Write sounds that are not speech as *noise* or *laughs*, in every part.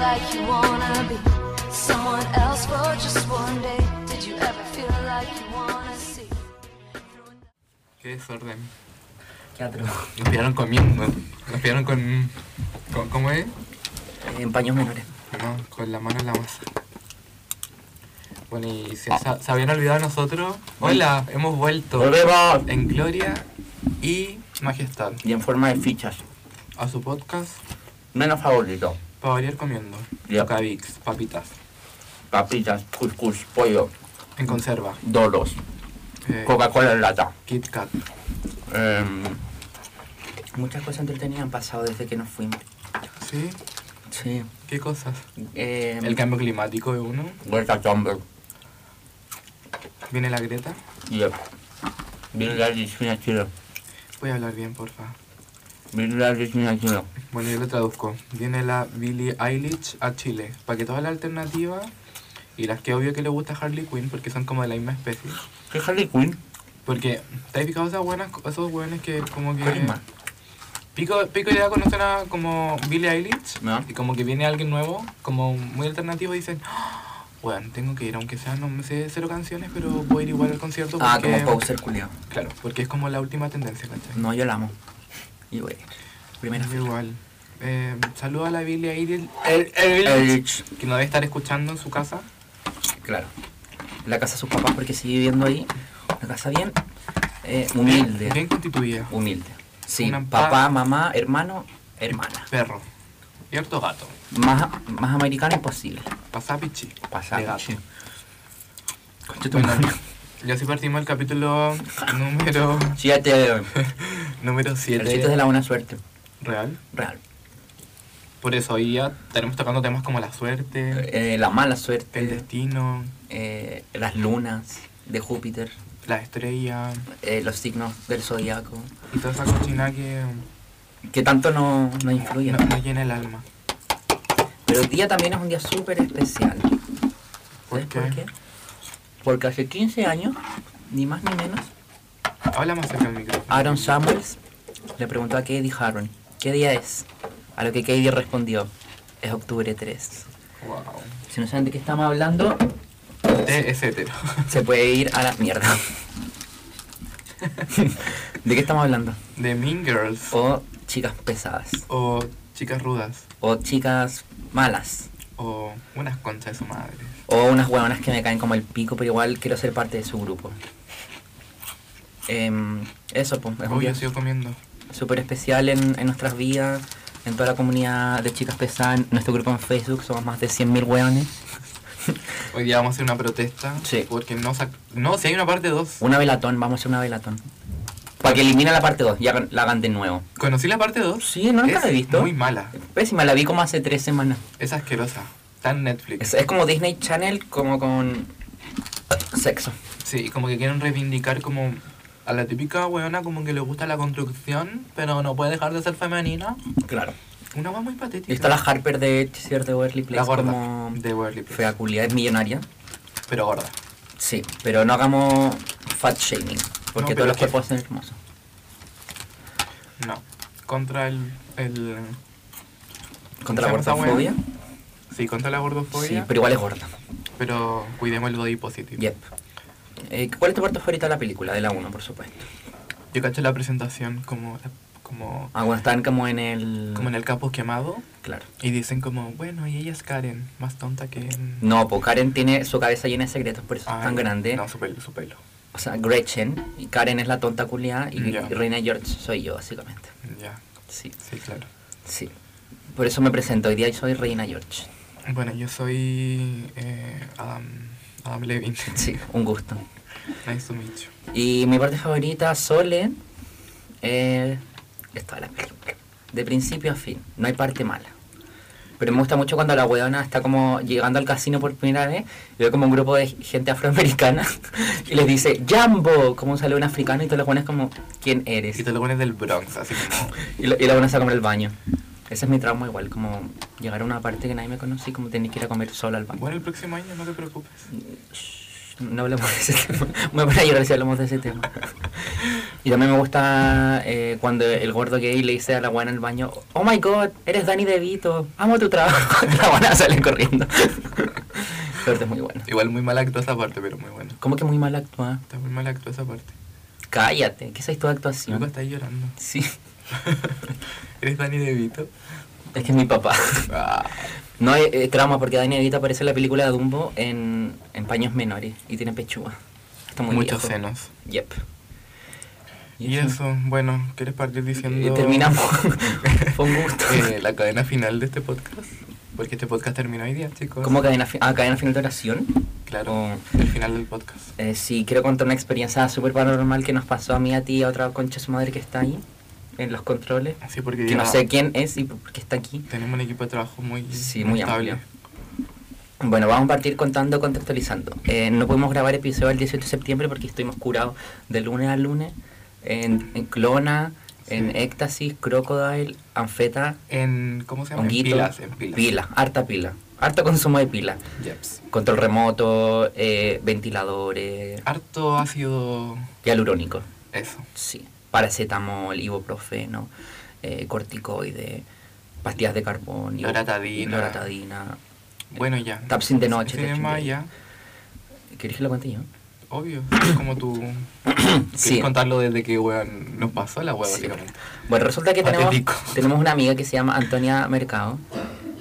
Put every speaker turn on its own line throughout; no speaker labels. like you wanna be someone else for just one day? Did you ever feel like you wanna see?
Qué desorden.
Teatro. eh,
Nos pillaron comiendo. Nos pillaron con, con. ¿Cómo es?
En paños menores.
No, con la mano en la masa. Bueno, y se, sa- se habían olvidado de nosotros. Hola, hemos vuelto
Volvemos.
en gloria y majestad
Y en forma de fichas.
a su podcast
Menos favorito.
para variar comiendo.
Ya.
Tocavix, papitas,
Papitas, cuscús, pollo,
en conserva,
doros,
eh,
Coca-Cola en lata.
Kit Kat.
Em, muchas cosas entretenidas han pasado desde que nos fuimos.
¿Sí?
Sí.
¿Qué cosas?
Eh,
El cambio climático de uno.
Greta Thunberg.
Viene la Greta.
Yep. Bill Gates, mira chile.
Voy a hablar bien, porfa.
Bill Gates, mira chile.
Bueno, yo lo traduzco. Viene la Billie Eilish a Chile. Para que todas las alternativas y las que obvio que le gusta Harley Quinn porque son como de la misma especie.
¿Qué es Harley Quinn?
Porque, ¿te has fijado esas buenas, esos buenos que como que...
Carisma.
Pico, Pico ya conocen a como Billie Eilish
Ya.
y como que viene alguien nuevo, como muy alternativo y dicen, "Ah, bueno, tengo que ir, aunque sea, no me sé cero canciones, pero voy a ir igual al concierto
Ah,
porque...
como Bowser culiao.
Claro, porque es como la última tendencia, ¿cachai?
No, yo la amo. Y güey. Primera
Yo Igual. Eh, saludo a la Billie Eilish,
Eilish.
que no debe estar escuchando en su casa.
Claro. La casa de sus papás porque sigue viviendo ahí. Una casa bien eh, humilde.
Bien constituida.
Humilde. Sí,
Una pa-
papá, mamá, hermano, hermana.
Perro. Y harto gato.
Más, más americano imposible.
Pasapichi.
Pasar.
De gato.
Concha tu
Bueno,
madre.
y así partimos el capítulo *laughs* número *laughs*
Siete.
número
El chiste es de
7
la buena suerte.
real.
Real.
Por eso hoy ya estaremos tocando temas como la suerte,
Eh, la mala
el
suerte.
destino,
eh, las lunas de Júpiter.
la estrella
eh, los signos del zodiaco.
y toda esa cochina que
Que tanto no- nos influyen.
nos, nos llena el alma.
Pero el día también es un día súper especial.
¿Por
¿Sabes por
qué?
qué? Porque hace 15 años, ni más ni menos,
Habla más cerca del micrófono.
Aaron Samuels le preguntó a Katie Harron, ¿qué día es? A lo que Katie respondió, es octubre 3.
Wow.
Si no saben de qué estamos hablando,
T es
*laughs*
hetero.
se puede ir a la mierda. *laughs* ¿De qué estamos hablando?
De Mean Girls
O chicas pesadas,
o chicas rudas
o chicas malas,
o unas conchas de su madre.
o unas hueonas que me caen como el pico, pero igual quiero ser parte de su grupo. Em, eso, pues, es un
Hoy
día
yo sigo comiendo.
súper especial en, en nuestras vidas, en toda la comunidad de chicas pesadas, en nuestro grupo en Facebook, somos más de 100.000 hueones.
Hoy día vamos a hacer una protesta.
Sí.
Porque no sac- No, si hay una parte 2.
Una velatón, vamos a hacer una velatón. Para que elimine la parte 2 y hagan- la hagan de nuevo.
¿Conocí la parte 2?
Sí, no, nunca
es
la he visto.
Muy mala.
Pésima, la vi como hace tres semanas.
Es asquerosa. Está en Netflix.
Es, es como Disney Channel, como con sexo.
Sí, como que quieren reivindicar como a la típica weona como que le gusta la construcción, pero no puede dejar de ser femenina.
Claro.
Una weona muy
Y
patética.
está la Harper de Cierto de Waverly Place.
La gorda
Como
de Waverly Place.
fea culia, es millonaria.
Pero gorda.
Sí, pero no hagamos fat shaming, porque
No, pero
todos los
es que-
cuerpos son hermosos.
No. Contra el... el
Contra la
¿cómo se llama esa
gordofobia.
weona? Sí, contra la
Sí,
gordofobia.
pero igual es gorda.
pero... cuidemos el body positive.
Yep. Eh, ¿Cuál es tu parte favorita de la película? De la 1, por supuesto.
Yo caché la presentación como... Como,
Ah, bueno, están como en el...
como en el capo quemado
Claro.
y dicen como, bueno, y ella es Karen, más tonta que...
No, pues Karen tiene su cabeza llena de secretos, por eso es
Ay,
tan grande.
No, su pelo, su pelo.
O sea, Gretchen, y Karen es la tonta culiada, y,
Ya.
y Reina George soy yo, básicamente.
Ya,
Sí,
sí, claro.
sí. Por eso me presento, hoy día soy Reina George.
Bueno, yo soy eh, Adam, Adam Levin.
Sí, un gusto.
*laughs* nice to meet you.
Y mi parte favorita, Sole, eh, es toda la película. De principio a fin, no hay parte mala. Pero me gusta mucho cuando la weona está como llegando al casino por primera vez, y ve como un grupo de gente afroamericana *laughs* y les dice, Jambo, como un salón africano, y todos los buenos como, ¿quién eres?
Y te lo pones del Bronx, así
*laughs*
como...
Y, la- y la buena se va a comer al baño. Ese es mi trauma igual, como llegar a una parte que nadie me conoce y como tener que ir a comer solo al baño.
Bueno, el próximo año, no te preocupes.
Shh, No hablamos de ese tema. Me voy a llorar si hablamos de ese tema. Y también me gusta eh, cuando el gordo gay le dice a la buena en el baño, oh my god, eres Dani DeVito, amo tu trabajo. *laughs* Y la buena sale corriendo. Pero es muy bueno.
Igual muy mal actuó esa parte, pero muy bueno.
¿Cómo que muy mal actúa?
Está muy mal actuó esa parte.
Cállate, ¿qué es tu
Nunca
actuación?
estás
*laughs*
llorando. *laughs*
Sí,
¿Eres Dani DeVito?
es que es mi papá.
Ah,
No hay eh, trauma porque Dani DeVito aparece en la película de Dumbo en, en paños menores y tiene pechuga. Está muy
muchos
viejo.
senos.
Yep.
Y eso, bueno, ¿quieres partir diciendo...?
Eh,
*laughs*
terminamos. Fue un gusto.
eh, la cadena final de este podcast. Porque este podcast termina hoy día, chicos.
¿Cómo cadena, fi- ah, cadena final de oración?
Claro,
Oh.
el final del podcast.
Eh, sí, quiero contar una experiencia súper paranormal que nos pasó a mí, a ti y a otra concha su madre que está ahí, en los controles.
Sí, porque
Que
ya
no sé quién es y por qué está aquí.
tenemos un equipo de trabajo muy
Sí, muy
estable.
amplio. Bueno, vamos a partir contando, contextualizando. Eh, no pudimos grabar episodio el 18 de septiembre porque estuvimos curados de lunes a lunes en, en clona, en
Sí.
éxtasis, crocodile, anfeta,
En, ¿cómo se llama? En
honguito,
pilas, en pilas.
pila, harta pila, harta consumo de pila.
Yeps.
Control remoto, eh, ventiladores,
Ah. Harto ácido,
hialurónico,
eso.
sí. Paracetamol, ibuprofeno, eh, corticoide, pastillas de carbón, ibu-
Loratadina.
loratadina.
Bueno, ya.
Tapsin de noche,
Ese
tapsin
tema
de-
ya,
¿Querés que lo cuente yo?
obvio. Es como
*coughs*
tú... Quieres contarlo desde que, weón, nos pasó la weón,
Sí.
básicamente.
Bueno, resulta
Ah,
que tenemos,
Patético.
*laughs* tenemos una amiga que se llama Antonia Mercado,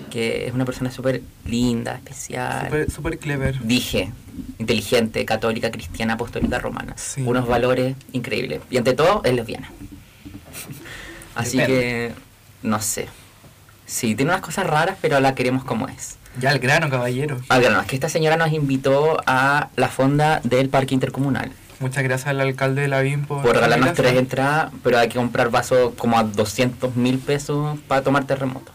que es una persona súper linda, especial.
Súper, súper clever.
Dije, inteligente, católica, cristiana, apostólica, romana.
Sí.
Unos valores increíbles. Y ante todo, es lesbiana. Así
Depende.
que, no sé. Sí, tiene unas cosas raras, pero la queremos como es.
Ya, el grano, caballero.
Ah, bueno, es que esta señora nos invitó a la fonda del Parque Intercomunal.
Muchas gracias al alcalde de Lavín por...
Por regalarnos
Gracias.
tres entradas, pero hay que comprar vasos como a 200 mil pesos para tomar terremoto.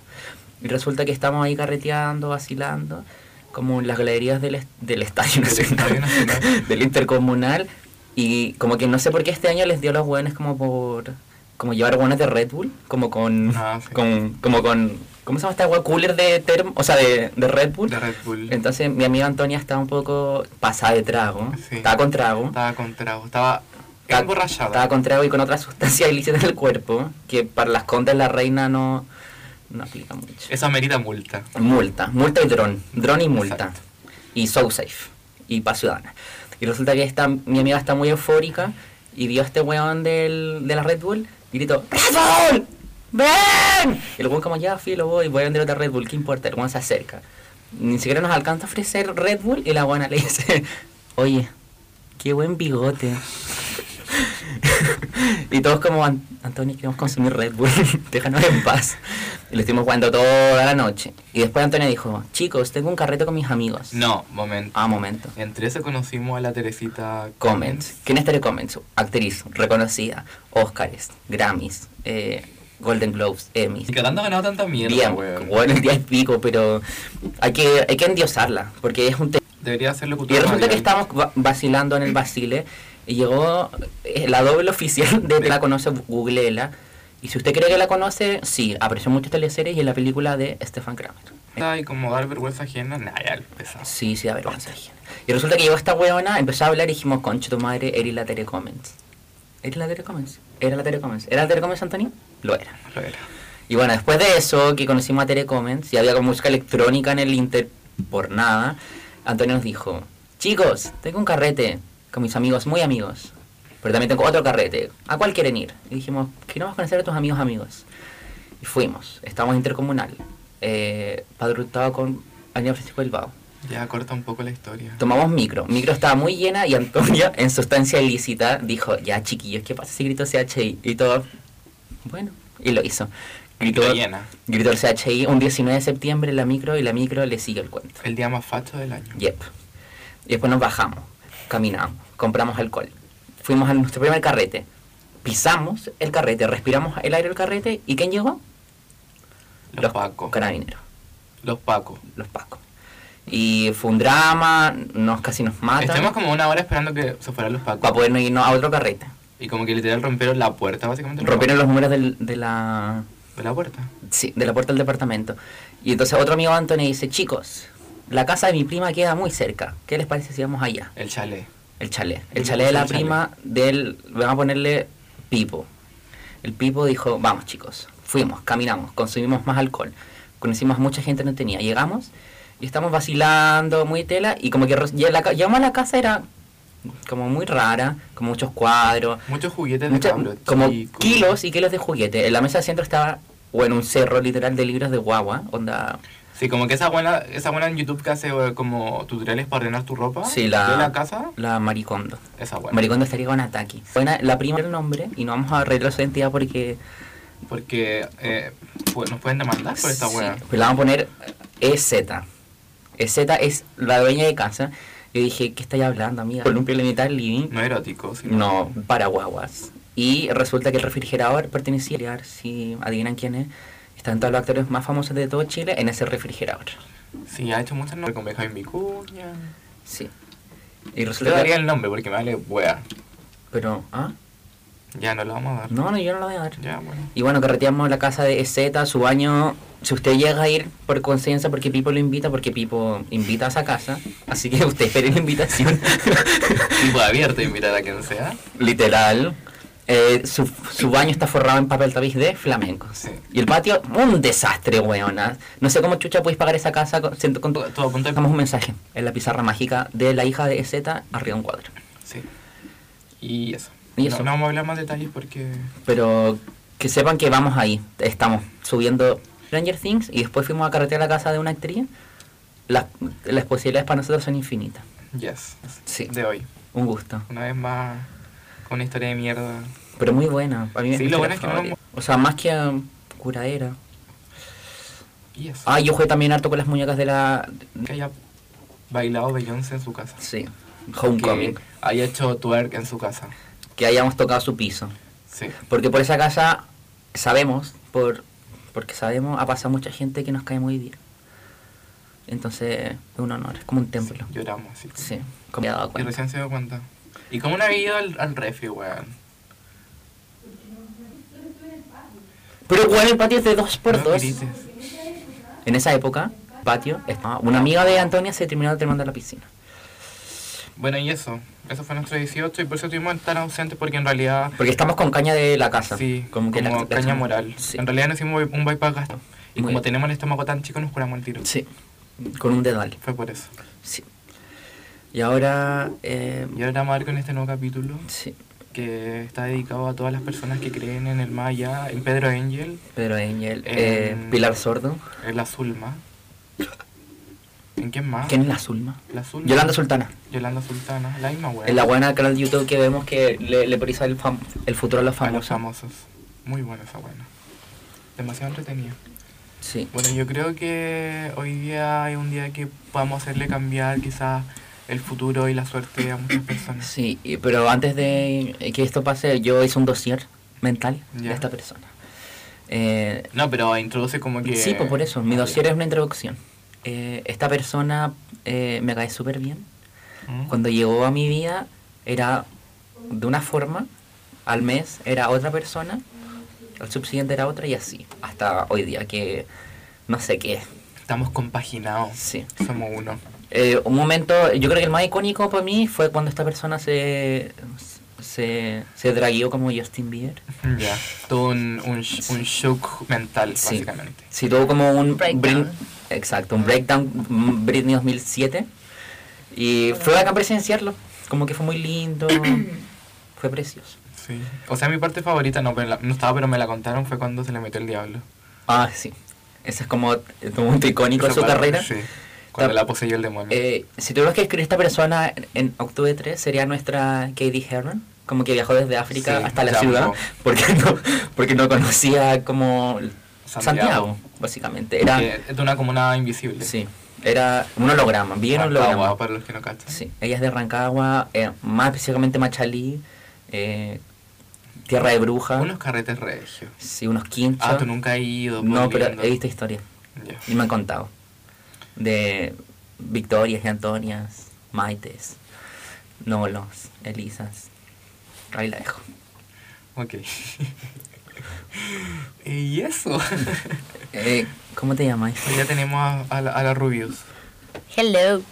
Y resulta que estamos ahí carreteando, vacilando, como en las galerías del, est- del Estadio
Del Estadio
Nacional,
Nacional.
*laughs* del Intercomunal. Y como que no sé por qué este año les dio a los hueones como por... Como llevar hueones de Red Bull, como con...
Ah, sí.
con como con... ¿Cómo se llama esta hueá? Cooler de term, o sea, de, de Red Bull.
De Red Bull.
Entonces mi amiga Antonia estaba un poco pasada de trago,
Sí.
estaba con trago.
Estaba con trago, estaba
Ta-
emborrachada.
Estaba con trago y con *laughs* otras sustancias ilícitas del cuerpo, que para las condes la reina no, no aplica mucho.
Eso amerita multa.
Multa, multa y dron, dron y multa.
Exacto.
Y so safe, y pa' ciudadana. Y resulta que esta, mi amiga está muy eufórica y vio a este weón del, de la Red Bull y gritó, ¡Red Bull! ¡Ven! Y el weón como, ya, filo, voy, voy a vender otra Red Bull, ¿qué importa? El weón se acerca. Ni siquiera nos alcanza a ofrecer Red Bull y la buena le dice, *laughs* oye, qué buen bigote. y todos como, "An- Antonio, queremos consumir Red Bull, *laughs* déjanos en paz. Y lo estuvimos jugando toda la noche. Y después Antonio dijo, chicos, tengo un carrete con mis amigos.
No, momento.
Ah, momento.
Entre eso conocimos a la Teresita
Comments. ¿Quién es Tere Comments? Actriz reconocida. Oscars, Grammys, eh, Golden Globes, Emmys.
Y cagando ha ganado tanta mierda,
Bien,
weón.
bueno, el día es pico, pero hay que, hay que endiosarla, porque es un tema.
Debería hacerlo
Y resulta que estamos va- vacilando en el Basile y llegó eh, la doble oficial de Te la conoce, googleela. Y si usted cree que la conoce, sí, apareció en muchas teleseries y en la película de Stefan Kramer.
Y como dar vergüenza ajena, nada, ya empezamos.
Sí, sí, da vergüenza. Y resulta que llegó esta weona, empezó a hablar y dijimos, concha tu madre, eres la Telecomens. ¿Eres la Telecomens? ¿Era la Telecomens? ¿Era la Telecomens, Antonio? Lo era.
Lo era.
Y bueno, después de eso, que conocimos a Telecomens y había como música electrónica en el Inter por nada, Antonio nos dijo, chicos, tengo un carrete con mis amigos, muy amigos, pero también tengo otro carrete, ¿a cuál quieren ir? Y dijimos, queremos conocer a tus amigos amigos. Y fuimos, estábamos intercomunal, eh, padrutado con Daniel Francisco Bilbao.
Ya corta un poco la historia.
Tomamos micro. Micro estaba muy llena y Antonia, *laughs* en sustancia ilícita, dijo, ya chiquillos, ¿qué pasa si grito CHI? Y todo, bueno, y lo hizo.
Micro llena.
gritó el CHI un 19 de septiembre en la micro y la micro le sigue el cuento.
El día más facho del año.
Yep. Y después nos bajamos, caminamos, compramos alcohol. Fuimos a nuestro primer carrete. Pisamos el carrete, respiramos el aire del carrete y ¿quién llegó?
Los, Pacos.
Carabineros,
Los Pacos.
los Pacos. Y fue un drama, nos casi nos matan.
Estuvimos como una hora esperando que se fueran los Pacos.
para poder irnos a otro carrete.
Y como que literal rompieron la puerta, básicamente.
Rompieron los muros del- de la
De la puerta.
sí, de la puerta del departamento. Y entonces otro amigo Anthony dice, chicos, La casa de mi prima queda muy cerca. ¿Qué les parece si vamos allá?
El chalet.
El chalet.
Yo
El
conozco
chalet de la
el chalet.
prima del. Vamos a ponerle Pipo. El Pipo dijo: Vamos, chicos. Fuimos, caminamos, consumimos más alcohol. Conocimos a mucha gente que no tenía. Llegamos y estamos vacilando, muy tela. Y como que ro- ya la ca- llegamos a la casa, era como muy rara, con muchos cuadros,
Muchos juguetes
mucha-
de cabros
como
chicos.
kilos y kilos de juguete. En la mesa de centro estaba, o en un cerro literal de libros de guagua, onda.
Sí, como que esa buena, esa buena en YouTube que hace eh, como tutoriales para ordenar tu ropa.
Sí, la-
De la casa,
La maricondo.
esa buena.
Maricondo estaría con ataque. Bueno, la prima era el nombre, y no vamos a arreglar su identidad porque
Porque eh, pu- nos pueden demandar por Ah, esta
Sí,
buena.
pues le vamos a poner E EZ. EZ es la dueña de casa. Yo dije, ¿qué estáis hablando, amiga? Columpio la mitad del living.
No erótico, sino
No, para guaguas. Y resulta que el refrigerador pertenecía a si adivinan quién es. Están todos los actores más famosos de todo Chile en ese refrigerador.
Sí, ha hecho muchas nombres con Benjamín Vicuña.
Sí. Y
Le
resulta
daría
que...
el nombre porque me vale wea.
Pero, ¿ah?
Ya no lo vamos a dar.
No, no, yo no lo voy a dar.
Ya, bueno.
Y bueno, carreteamos la casa de EZ, su baño. Si usted llega a ir por conciencia, porque Pipo lo invita, porque Pipo invita a esa casa. Así que usted espere la invitación. *laughs*
Tipo pues, abierto y mirar a quien sea.
Literal. Eh, su, su baño está forrado en papel tapiz de flamencos.
Sí.
Y el patio, un desastre, weona. No sé cómo chucha puedes pagar esa casa. Con, siento- con tu-
Todo a punto de...
Damos un mensaje en la pizarra mágica de la hija de EZ arriba de un cuadro.
Sí. Y eso.
Y
No,
eso.
no vamos a hablar más detalles porque...
Pero que sepan que vamos ahí. Estamos subiendo Stranger Things y después fuimos a carretear a la casa de una actriz. Las, las posibilidades para nosotros son infinitas.
Yes.
Sí.
De hoy.
Un gusto.
Una vez más con una historia de mierda.
Pero muy buena. A mí
Sí,
me
lo
mi
bueno es que no
favorita. O sea, más que um, curadera.
Y eso.
Ah, yo jugué también harto con las muñecas de la...
Que haya bailado Beyoncé en su casa.
Sí. Homecoming.
Que haya hecho twerk en su casa.
Que hayamos tocado su piso.
Sí.
Porque por esa casa sabemos, por porque sabemos, ha pasado mucha gente que nos cae muy bien. Entonces, es un honor, es como un templo.
Sí, lloramos, sí.
Sí, como me he dado
Y
cuenta.
recién se dio cuenta. ¿Y cómo no había ido al, al refri, weón?
Pero bueno, el patio es de 2 por
No
2
grites.
En esa época, patio, estaba- una amiga de Antonia se terminó terminando la piscina.
Bueno, y eso. Eso fue nuestro 18 y por eso estuvimos tan ausentes porque en realidad...
Porque estamos con caña de la casa.
Sí, como,
que la- la-
caña moral.
Sí.
En realidad nos hicimos un bypass gasto. Y
Muy
como
bien.
tenemos el estómago tan chico, nos curamos el tiro.
Sí, con un dedal.
Fue por eso.
Sí. Y ahora, eh,
Y ahora vamos a ver con este nuevo capítulo
sí,
que está dedicado a todas las personas que creen en el Maya, en Pedro Angel,
Pedro Engel, eh,
Em,
Pilar Sordo.
en la Zulma. ¿En quién más?
¿Quién es la Zulma?
La Zulma.
Yolanda Sultana.
Yolanda Sultana, la misma weón.
Es la buena canal de YouTube que vemos que le, le prioriza el, fam- el futuro a los
A los
famosos.
famosos. Muy buena esa buena. Demasiado entretenida.
sí.
Bueno, yo creo que hoy día es un día que podamos hacerle cambiar quizás el futuro y la suerte a muchas personas.
Sí, y- pero antes de que esto pase, yo hice un dossier mental
Ya.
de esta persona. Eh,
No, pero introduce como que...
Sí, pues por eso. Mi
Ah, ya.
dossier es una introducción. Eh, esta persona eh, me cae súper bien.
¿Mm?
Cuando llegó a mi vida era de una forma, al mes era otra persona, al subsiguiente era otra y así, hasta hoy día que no sé qué.
Estamos compaginados.
Sí.
Somos uno.
Eh, un momento, yo creo que el más icónico para mí fue cuando esta persona se se, se dragueó como Justin Bieber.
Ya. Todo un, un, sh- un shock mental,
Sí.
básicamente.
Sí, tuvo como un
Breakdown.
brin- exacto, un breakdown mm, Britney 2007. Y fue acá a presenciarlo. Como que fue muy lindo. fue precioso.
Sí. O sea, mi parte favorita, no, pero la- no estaba, pero me la contaron, fue cuando se le metió el diablo.
Ah, sí. Ese es como eh, tu momento icónico de
Esa
su
parte,
carrera.
Sí. Cuando
Ta-
la poseyó el demonio.
Eh, si tuvieras que escribir esta persona en, en octubre 3, sería nuestra Katie Herron. Como que viajó desde África
Sí,
hasta la
Jambo.
ciudad. Porque no, porque no conocía como Santiago, básicamente. Era,
Que es de una comuna invisible.
sí, era un holograma, bien holograma.
Rancagua, para los que no cachan.
Sí, ella es de Rancagua, eh, más específicamente Machalí, eh, Tierra de Bruja,
Unos carretes regios.
sí, unos quinchos.
Ah, tú nunca has ido.
no,
pues,
pero
lindo.
he visto historias
Ya.
y me han contado de Victorias y Antonias, Maites, Nolos, Elisas. Ahí la dejo.
Ok. *laughs* y eso. *laughs*
Eh, ¿Cómo te llamas?
ya tenemos a, a la, a la Rubius.
Hello.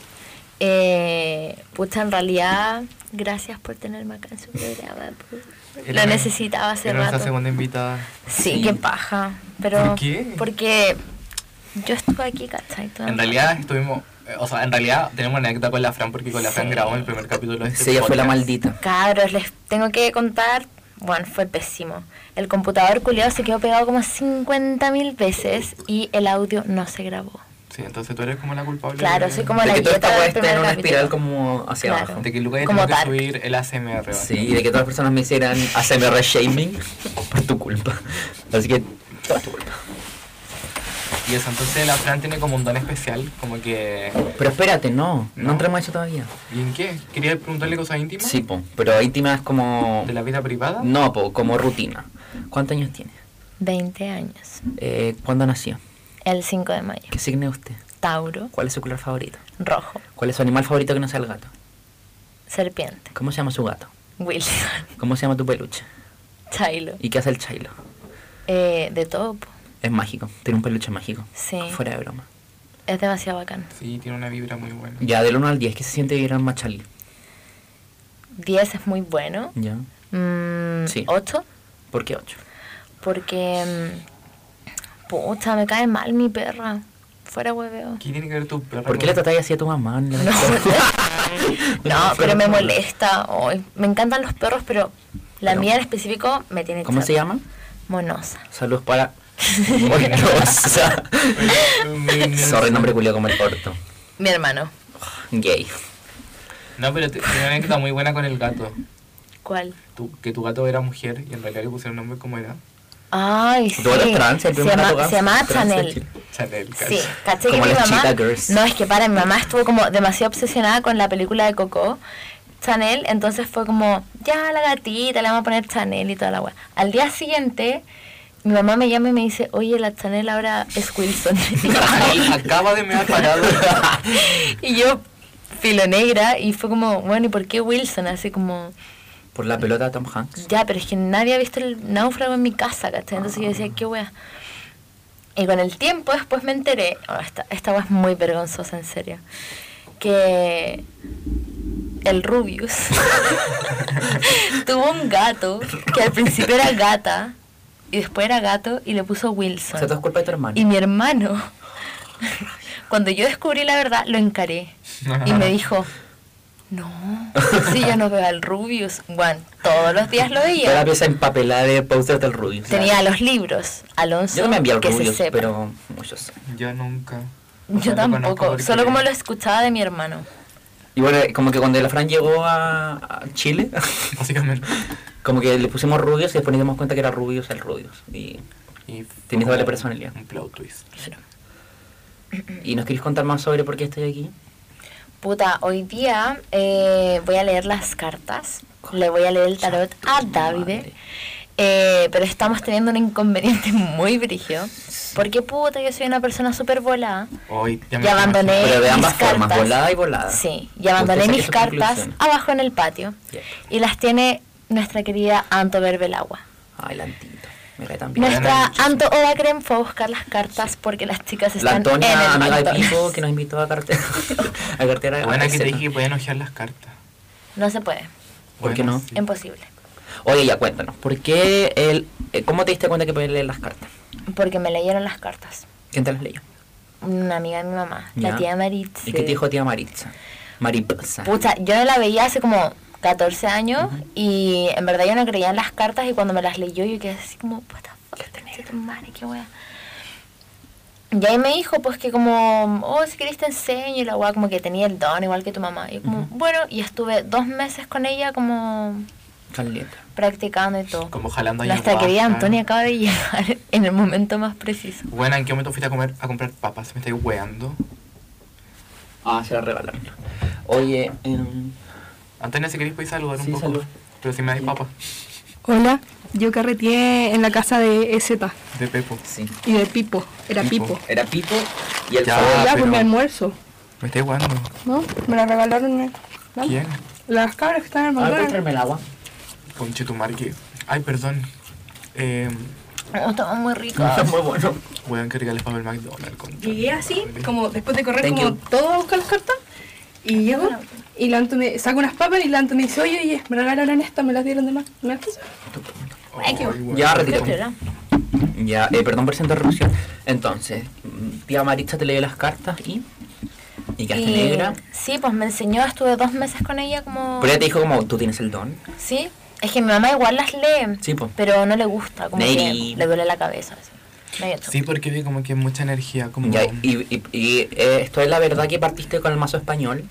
Eh, pucha, en realidad, gracias por tenerme acá en su programa. pues.
Era-
Lo necesitaba hace
era nuestra
rato.
segunda invitada.
Sí,
Sí.
qué paja. Pero,
¿Por qué?
Porque yo estuve aquí, ¿cachai? Toda
En
mi-
realidad estuvimos, eh, o sea, en realidad tenemos una anécdota con la Fran porque con la Fran
Sí.
grabamos el primer capítulo de este
Sí, ella fue la
podcast.
maldita.
Cabros, les tengo que contar. Bueno, fue pésimo. El computador culiado se quedó pegado como 50.000 veces y el audio no se grabó.
Sí, entonces tú eres como la culpable.
Claro,
de-
soy como la
de que toda
dieta
esta
del
weá esté en
primer
una
capítulo.
espiral como hacia
Claro.
abajo.
De que Lucas ya
Como
tengo que
Dark.
subir el ASMR. ¿vale?
Sí, y de que todas las personas me hicieran ASMR shaming por tu culpa. Así que, toda tu culpa.
Y eso, entonces la Fran tiene como un don especial, como que...
Pero espérate, no, no,
No.
entramos a eso todavía.
¿Y en qué? ¿Querías preguntarle cosas íntimas?
Sí, po, pero íntima es como.
¿De la vida privada?
No, po, como rutina. ¿Cuántos años tiene?
20 años.
Eh, ¿Cuándo nació?
El 5 de mayo.
¿Qué signo es usted?
Tauro,
¿Cuál es su color favorito?
rojo,
¿Cuál es su animal favorito que no sea el gato?
serpiente,
¿Cómo se llama su gato?
Wilson, *laughs*
¿Cómo se llama tu peluche?
Chilo.
¿Y qué hace el chailo?
Eh, de todo, po.
Es mágico, tiene un peluche mágico.
Sí.
Fuera de broma.
Es demasiado bacán.
Sí, tiene una vibra muy buena.
Ya, del 1 al 10, ¿qué se siente vivir en Machalí?
10 es muy bueno.
Ya.
Mm,
Sí.
8,
¿Por qué 8?
porque. mm, pucha, me cae mal mi perra. Fuera hueveo.
¿Qué tiene que ver tu perro?
¿Por qué le tratáis así a tu mamá? No,
*laughs* No, pero me
no.
molesta. Ay, me encantan los perros, pero la
Pero-
mía en específico me tiene
¿Cómo
chata.
se llama?
Monosa.
Saludos para...
*laughs*
Monosa.
*laughs*
*laughs* Sorry, nombre culiao como el corto.
Mi hermano.
Gay.
No, pero te- tiene una anécdota muy buena con el gato.
¿Cuál?
Tu- que tu gato era mujer y en realidad le pusieron nombre como era.
Ay, sí.
Tú eres trans, el
se,
primer
llama,
gato
se llamaba
trans de
Chanel.
Chile.
Chanel,
Sí,
¿cachai?
caché que
Como
mi
las
mamá.
Cheetah Girls.
No, es que para, mi mamá estuvo como demasiado obsesionada con la película de Coco, Chanel, entonces fue como, ya la gatita, le vamos a poner Chanel y toda la weá. Al día siguiente, mi mamá me llama y me dice, oye, la Chanel ahora es Wilson. *laughs*
*laughs*
Chanel acaba de mear parado.
y yo, filo negra, y fue como, bueno, ¿y por qué Wilson? Así como,
Por la pelota de Tom Hanks.
ya, pero es que nadie ha visto el náufrago en mi casa, ¿cachai? Entonces yo decía, qué wea. Y con el tiempo después me enteré, oh, esta, esta wea es muy vergonzosa, en serio, que el Rubius *laughs* tuvo un gato que al principio era gata y después era gato y le
O
puso
sea, todo
Wilson.
es culpa de tu
Y
hermano.
mi hermano, *laughs* cuando yo descubrí la verdad, lo encaré. Y me dijo, no, si yo no veo al Rubius. Bueno, todos los días lo
Toda la
veía.
pieza empapelada de póster del Rubius.
Tenía los libros, Alonso,
Yo no me envié al
que se
Rubius,
sepa.
pero muchos.
Yo nunca.
Yo
No lo conozco
tampoco,
porque-
solo como lo escuchaba de mi hermano.
Y bueno, como que cuando la Fran llegó a, a Chile, *laughs*
Básicamente.
como que le pusimos Rubius y después nos dimos cuenta que era Rubius el Rubius. Y,
Y
Tiene
fue
doble
como
personalidad.
Un plot twist.
y nos queréis contar más sobre por qué estoy aquí.
Puta, hoy día eh, voy a leer las cartas, le voy a leer el tarot a Davide. Eh, pero estamos teniendo un inconveniente *laughs* muy brígido. Porque puta, yo soy una persona súper volada.
Hoy ya
Y
me
abandoné
Pero de
mis
ambas formas,
cartas.
volada y volada.
Sí, y
Usted
abandoné
saque
mis
sus
cartas
conclusiones.
abajo en el patio.
Yep.
Y las tiene nuestra querida Anto Berbelagua.
Ay, la Antito. Me cae tan bien.
Nuestra
muchísimo.
Anto Oda Crem fue a buscar las cartas porque las chicas
La
están en el
Antonia, amiga de
McDonald's.
Pipo, que nos invitó a cartera. a cartera.
Buena que te
cena.
dije que podían ojear las cartas.
*laughs* No se puede,
¿Por qué no?
Buena, sí.
imposible.
Oye, ya cuéntanos, ¿por qué el, eh, ¿cómo te diste cuenta que podías leer las cartas?
Porque me leyeron las cartas.
¿Quién te las leyó?
Una amiga de mi mamá, la
Ya.
tía Maritza.
¿Y qué te dijo tía Maritza? Mariposa.
Pucha, yo no la veía hace como 14 años y en verdad yo no creía en las cartas y cuando me las leyó yo quedé así como, what the fuck, concha tu madre, qué wea. Y ahí me dijo pues que como, oh, si querés te enseño y la wea como que tenía el don igual que tu mamá. Y como,
Ujú.
bueno, y estuve dos meses con ella como
Caleta.
practicando y todo.
Como jalando ahí
Nuestra
abajo,
querida
¿no?
Antonia acaba de llegar *laughs* en el momento más preciso.
Buena, ¿en qué momento fuiste a comer a comprar papas? Me estáis weando.
Ah, se la regalaron. Oye, em,
Antonia, si queréis podéis saludar
Sí,
un poco.
salud.
Pero si me dais papas.
Hola, yo carreteé en la casa de
E
EZ
De Pepo.
sí.
y de Pipo. Era
Pipo.
Pipo.
Era Pipo Ah, y el
Ya.
favor.
Ya,
pero-
pues mi almuerzo,
Me estáis weando.
¿no? Me la regalaron eh, ¿no?
¿Quién?
las cabras que
Ah,
están
pues
en el
A ver, ¿puedes
McDonald's.
traerme el agua?
Conche tu Ay, perdón. Eh,
Oh, estaba muy rico.
Está muy bueno.
Weón, que regales para el McDonald's. concha.
Llegué así, como después de correr
Thank
como
you.
todo a buscar las cartas. Y llego y la Anto me saco unas papas y la Anto me dice, oye, oye, me regalaron estas, me las dieron de más. ¿Me las puse? Ay, qué bueno.
weón.
Ya,
Qué
retiro.
piola.
Ya, eh, perdón por esa interrupción. Entonces, mm, tía Maritza te lee las cartas y. Y quedaste
Y-
negra.
Sí, pues me enseñó, estuve dos meses con ella como...
Pero ella te dijo como, tú tienes el don.
Sí, es que mi mamá igual las lee,
Sí, po.
pero no le gusta, como
Neri.
que le duele la cabeza. así. Medio chungo.
Sí, porque vi como que mucha energía, como...
Ya, y y- y, eh, esto es la verdad que partiste con el mazo español.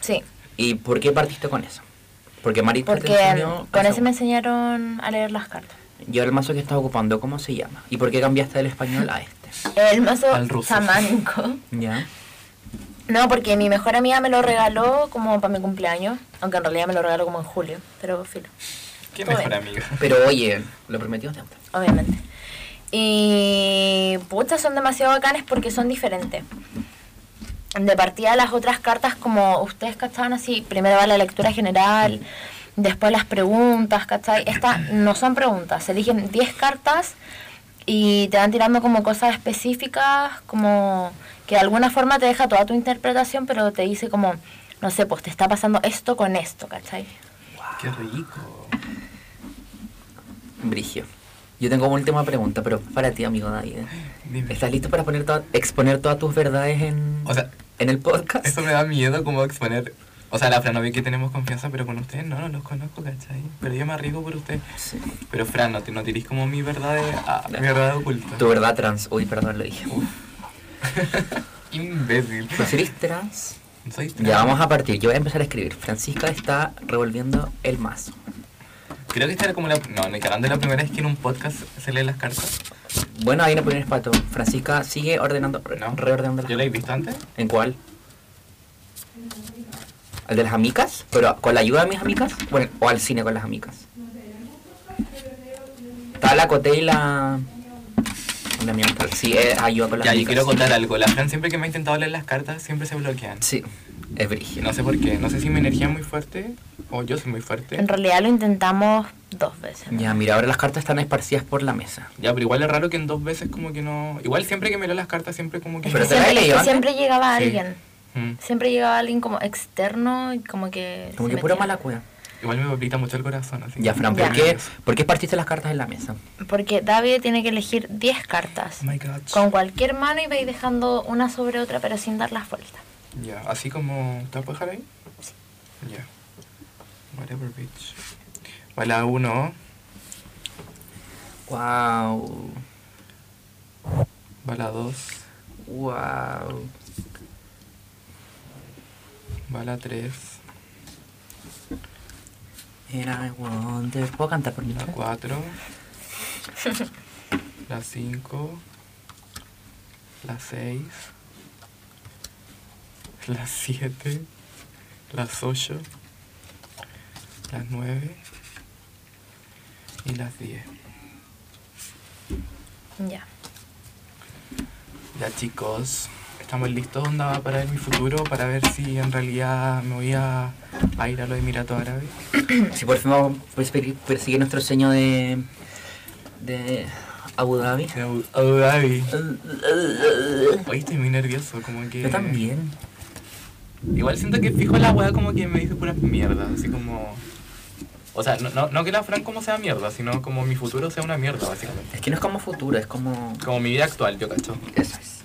Sí,
¿Y por qué partiste con eso? Porque Maritza
porque
te enseñó...
con
eso.
ese me enseñaron a leer las cartas.
Y ahora el mazo que estás ocupando, ¿cómo se llama? ¿Y por qué cambiaste del español a este?
El mazo
Al ruso.
chamánico.
*laughs*
¿Ya?
No, porque mi mejor amiga me lo regaló como para mi cumpleaños, aunque en realidad me lo regaló como en julio, pero filo,
¿Qué
todo
mejor
bien.
amiga?
Pero oye, lo prometido es deuda.
obviamente. Y putas son demasiado bacanes porque son diferentes. De partida las otras cartas, como ustedes cachaban así, primero va la lectura general, después las preguntas, ¿cachai? Estas no son preguntas, se eligen 10 cartas y te van tirando como cosas específicas, como que de alguna forma te deja toda tu interpretación, pero te dice como, no sé, pues te está pasando esto con esto, ¿cachai?
Qué rico.
Brigio. Yo tengo una última pregunta, pero para ti, amigo David. ¿eh?
Dime.
¿Estás listo para poner toda- exponer todas tus verdades en,
O sea,
en el podcast?
Eso me da miedo como exponer. O sea, la Fran, no vi que tenemos confianza, pero con ustedes no, no los conozco, ¿cachai? Pero yo me arriesgo por ustedes.
Sí.
Pero Fran, no, te, no tirís como mi verdad, de- ah, mi verdad oculta.
Tu verdad trans. Uy, perdón, lo dije.
Imbécil.
¿Tú eres trans?
No soy trans.
Ya vamos a partir. Yo voy a empezar a escribir. Francisca está revolviendo el mazo.
Creo que esta era como la... No, no, y hablando de la primera vez que en un podcast se leen las cartas.
Bueno, hay una opinión para todo. Francisca sigue ordenando, re-
No.
reordenando las
¿Yo la he visto antes?
¿En cuál? ¿Al de las amigas? ¿Pero con la ayuda de mis amigas? Bueno, ¿O al cine con las amigas? Está la Coté y la... La mía, sí, es ayuda ah, con las
Ya, yo
amigas.
quiero contar algo. La Fran siempre que me ha intentado leer las cartas, siempre se bloquean.
Sí, es
Y
brígido.
no sé por qué. No sé si mi energía es muy fuerte o yo soy muy fuerte.
En realidad lo intentamos dos veces.
Ya, mira, ahora las cartas están esparcidas por la mesa.
Ya, pero igual es raro que en dos veces como que no... Igual siempre que me leo las cartas, siempre como que...
Pero
Es
te
que
la he
siempre, es
leído
que
antes.
siempre llegaba
Sí.
alguien.
Mm.
Siempre llegaba alguien como externo y como que.
Como
se
que puro
metía.
mala cueva.
Igual me palpita mucho el corazón, así.
Ya, Fran, ¿por
Ya.
qué, ¿por qué partiste las cartas en la mesa?
Porque David tiene que elegir 10 cartas.
Oh my God.
Con cualquier mano y vais dejando una sobre otra, pero sin dar las vueltas.
Ya, así como... ¿Te vas a dejar ahí? Sí. Ya. Whatever, bitch. Va la uno,
Wow.
va la dos,
Wow.
va la tres,
And I wonder... ¿Puedo cantar por mi
la *laughs*
lado?
cuatro, la cinco, la seis, la siete, las ocho, las nueve y las diez.
Ya.
Ya chicos, estamos listos onda para ver mi futuro, para ver si en realidad me voy a, a ir a los Emiratos Árabes.
Si por fin vamos a perseguir, perseguir nuestro sueño de, de Abu Dhabi.
De Abu- Abu Dhabi. Hoy estoy muy nervioso, como que...
Yo también.
Igual siento que fijo la weá como que me dice puras mierdas, así como... O sea, no, no, no que la Fran como sea mierda, sino como mi futuro sea una mierda, básicamente.
Es que no es como futuro, es como...
Como mi vida actual, yo cacho.
Eso es.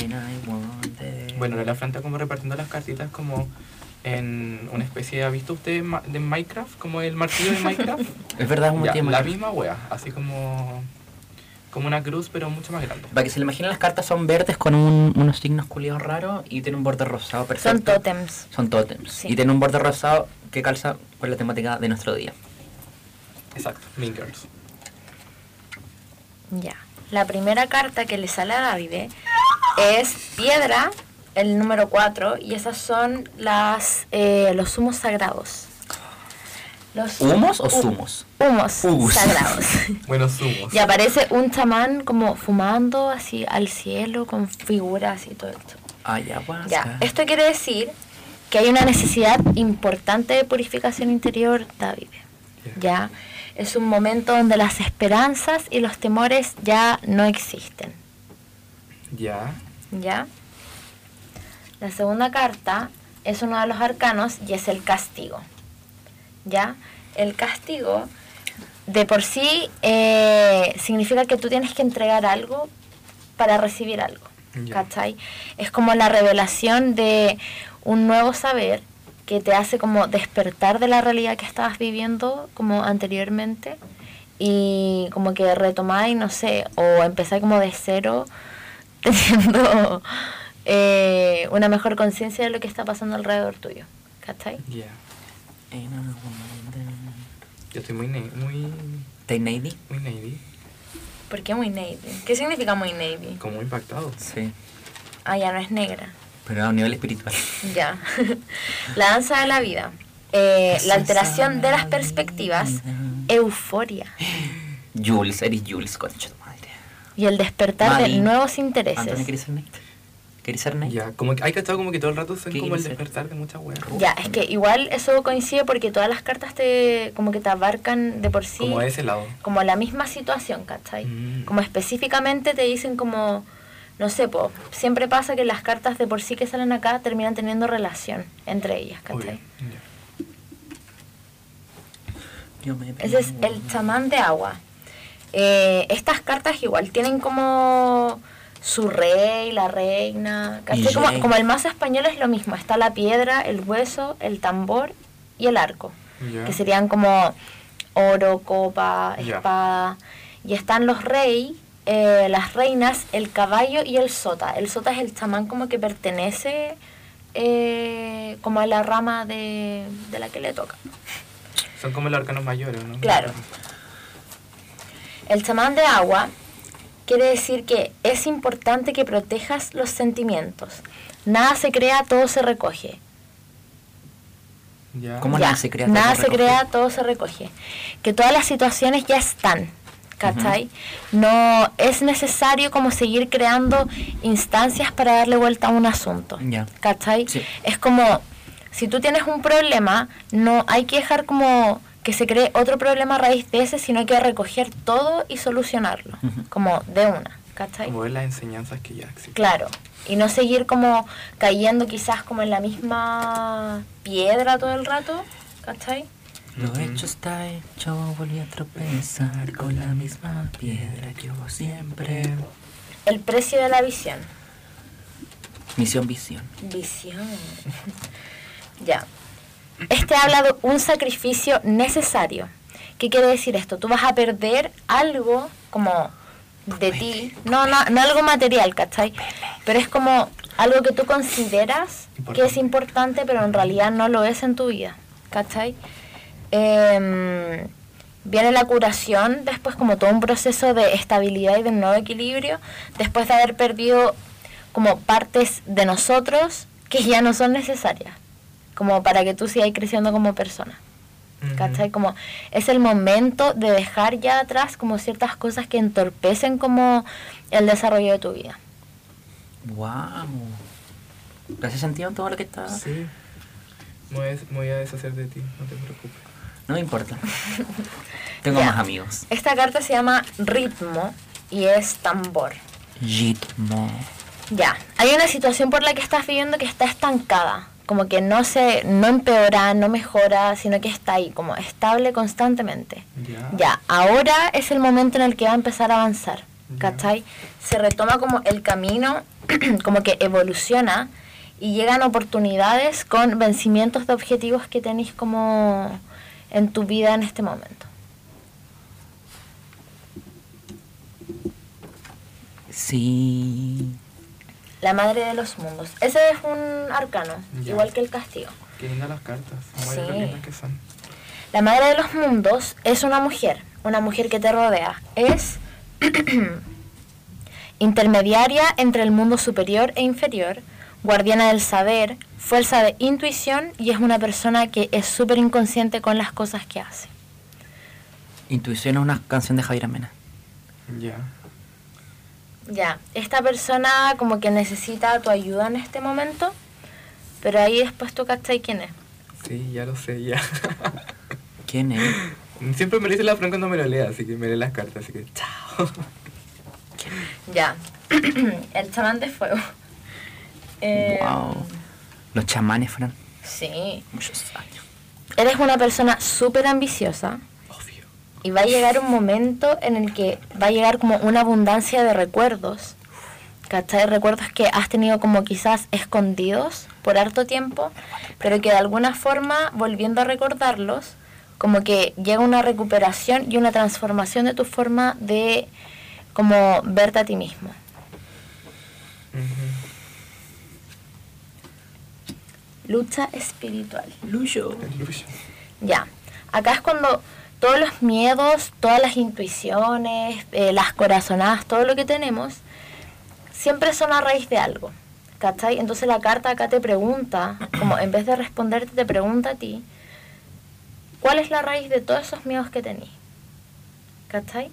And I wonder-
Bueno, la Fran está como repartiendo las cartitas como en una especie... ¿Ha visto usted ma- de Minecraft? Como el martillo de Minecraft.
Es verdad, es un
Ya,
tema.
la misma wea, así como como una cruz pero mucho más grande.
Para que se le imaginen, las cartas son verdes con un- unos signos culiados raros y tiene un borde rosado perfecto.
Son tótems.
Son tótems.
Sí.
Y tiene un borde rosado que calza con la temática de nuestro día.
Exacto, Mean Girls.
Ya. La primera carta que le sale a David eh, es piedra, el número 4, y esas son las eh, los humos sagrados. Los
¿Humos o
hu-
zumos?
Humos
Humus. *laughs*
sagrados.
Bueno, sumos.
Y aparece un chamán como fumando así al cielo con figuras y todo esto.
Ah, Ayahuasca.
Ya, esto quiere decir que hay una necesidad importante de purificación interior, David. Ya, Es un momento donde las esperanzas y los temores ya no existen.
Ya.
¿Ya? La segunda carta es uno de los arcanos y es el castigo. ¿Ya? El castigo de por sí eh, significa que tú tienes que entregar algo para recibir algo.
Ya.
¿Cachai? Es como la revelación de un nuevo saber que te hace como despertar de la realidad que estabas viviendo como anteriormente y como que retomáis, no sé, o empezáis como de cero *laughs* teniendo eh, una mejor conciencia de lo que está pasando alrededor tuyo. ¿Cachai?
Ya. Yo estoy muy ne- muy
¿Tay Navy?
muy navy,
¿Por qué muy navy? ¿Qué significa muy navy?
como impactado.
Sí.
Ah, ya no es negra.
Pero a un nivel espiritual.
Ya. *laughs* la danza de la vida. Eh, la alteración de las perspectivas. Euforia.
Jules, eres Jules, concha de tu madre.
Y el despertar de
Mali.
nuevos
Antonio,
intereses.
¿quieres ser Nate? ¿Quieres ser Nate?
Ya, como que hay cachado como que todo el rato son
¿Qué
como el
quiere ser?
despertar de muchas weas.
Ya, es que igual eso coincide porque todas las cartas te como que te abarcan de por sí.
Como de ese lado.
como la misma situación, ¿cachai?
Mm.
Como específicamente te dicen como, no sé, po, siempre pasa que las cartas de por sí que salen acá terminan teniendo relación entre ellas,
Obvio.
¿cachai?
Ya.
Yo me
Ese es el chamán de agua. Eh, estas cartas igual tienen como su rey, la reina, ¿cachai?
Y
Como,
rey.
como el mazo español es lo mismo, está la piedra, el hueso, el tambor y el arco.
Ya.
que serían como oro, copa,
Ya.
espada. Y están los rey, eh, las reinas, el caballo y el sota. El sota es el chamán como que pertenece eh, como a la rama de, de la que le toca.
Son como los arcanos mayores, ¿no?
Claro. El chamán de agua quiere decir que es importante que protejas los sentimientos. Nada se crea, todo se recoge.
Ya.
¿Cómo? nada se crea, todo
nada
se
se
recoge?
crea, todo se recoge. Que todas las situaciones ya están, ¿cachai? No es necesario como seguir creando instancias para darle vuelta a un asunto,
Ya.
¿cachai?
Sí.
Es como, si tú tienes un problema, no hay que dejar como que se cree otro problema a raíz de ese, sino hay que recoger todo y solucionarlo,
Ujú.
como de una, ¿cachai?
Como ver las enseñanzas que ya existen.
Claro. Y no seguir como cayendo quizás como en la misma piedra todo el rato, ¿cachai?
Lo hecho está hecho, volví a tropezar con la misma piedra que hubo siempre.
El precio de la visión.
Misión Visión.
Visión. ya. Este habla de un sacrificio necesario. ¿Qué quiere decir esto? Tú vas a perder algo como de ti. No, no, no algo material, ¿cachai? Pero es como algo que tú consideras que es
Importante.
importante, pero en realidad no lo es en tu vida, ¿cachai? Em, viene la curación, después como todo un proceso de estabilidad y de un nuevo equilibrio, después de haber perdido como partes de nosotros que ya no son necesarias, como para que tú sigas creciendo como persona.
Ujú.
¿Cachai? Como es el momento de dejar ya atrás como ciertas cosas que entorpecen como el desarrollo de tu vida.
¡Wow! ¿Te hace sentido todo lo que está?
Sí. Me voy a des- me voy a deshacer de ti, no te preocupes.
No me importa. Tengo
Ya.
más amigos.
Esta carta se llama ritmo y es tambor.
Jitmo.
Ya, hay una situación por la que estás viviendo que está estancada, como que no se, no empeora, no mejora, sino que está ahí, como estable constantemente.
Ya.
Ya, ahora es el momento en el que va a empezar a avanzar, ¿cachai? Se retoma como el camino, *clears throat* como que evoluciona y llegan oportunidades con vencimientos de objetivos que tenéis como en tu vida en este momento.
Sí.
La madre de los mundos. Ese es un arcano,
Ya.
igual que el castigo.
Qué lindas las cartas. Son varias
Sí.
lo lindas que son.
La madre de los mundos es una mujer, una mujer que te rodea. Es *clears throat* intermediaria entre el mundo superior e inferior, guardiana del saber, fuerza de intuición y es una persona que es súper inconsciente con las cosas que hace.
Intuición es una canción de Javier Amena.
Ya.
Ya, esta persona como que necesita tu ayuda en este momento, pero ahí después tú cachai quién es.
Sí, ya lo sé, ya.
¿Quién es?
*laughs* Siempre me lo dice la Fran cuando me lo lea, así que me lee las cartas, así que
*laughs*
chao.
Ya. *clears throat* el chamán de fuego. *laughs* Eh,
Wow. Los chamanes, Fran.
Sí.
Muchos años.
Eres una persona súper ambiciosa
Obvio.
y va a llegar un momento en el que va a llegar como una abundancia de recuerdos. ¿Cachai? Recuerdos que has tenido como quizás escondidos por harto tiempo, pero que de alguna forma, volviendo a recordarlos, como que llega una recuperación y una transformación de tu forma de como verte a ti mismo. Lucha espiritual. Ya. Acá es cuando todos los miedos, todas las intuiciones, eh, las corazonadas, todo lo que tenemos, siempre son a raíz de algo. ¿Cachai? Entonces la carta acá te pregunta, como en vez de responderte, te pregunta a ti, ¿cuál es la raíz de todos esos miedos que tenés? ¿Cachai?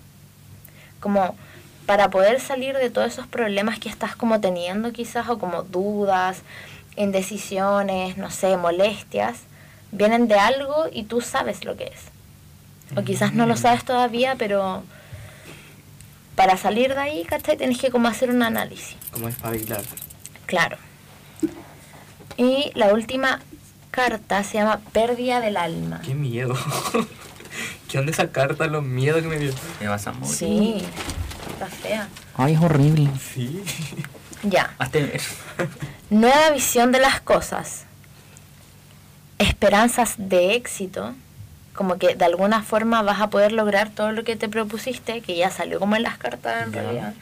Como para poder salir de todos esos problemas que estás como teniendo quizás, o como dudas, indecisiones, no sé, molestias, vienen de algo y tú sabes lo que es. O quizás no lo sabes todavía, pero para salir de ahí, ¿cachai? Tienes que como hacer un análisis.
Como espabilar.
Claro. Y la última carta se llama Pérdida del Alma.
Qué miedo. *laughs* ¿Qué onda esa carta? Los miedos que me dio.
Me vas a morir.
Sí, está fea.
Ay, es horrible.
Sí.
Ya.
Hazte ver.
Nueva visión de las cosas. Esperanzas de éxito. Como que de alguna forma vas a poder lograr todo lo que te propusiste, que ya salió como en las cartas en
Ya.
realidad.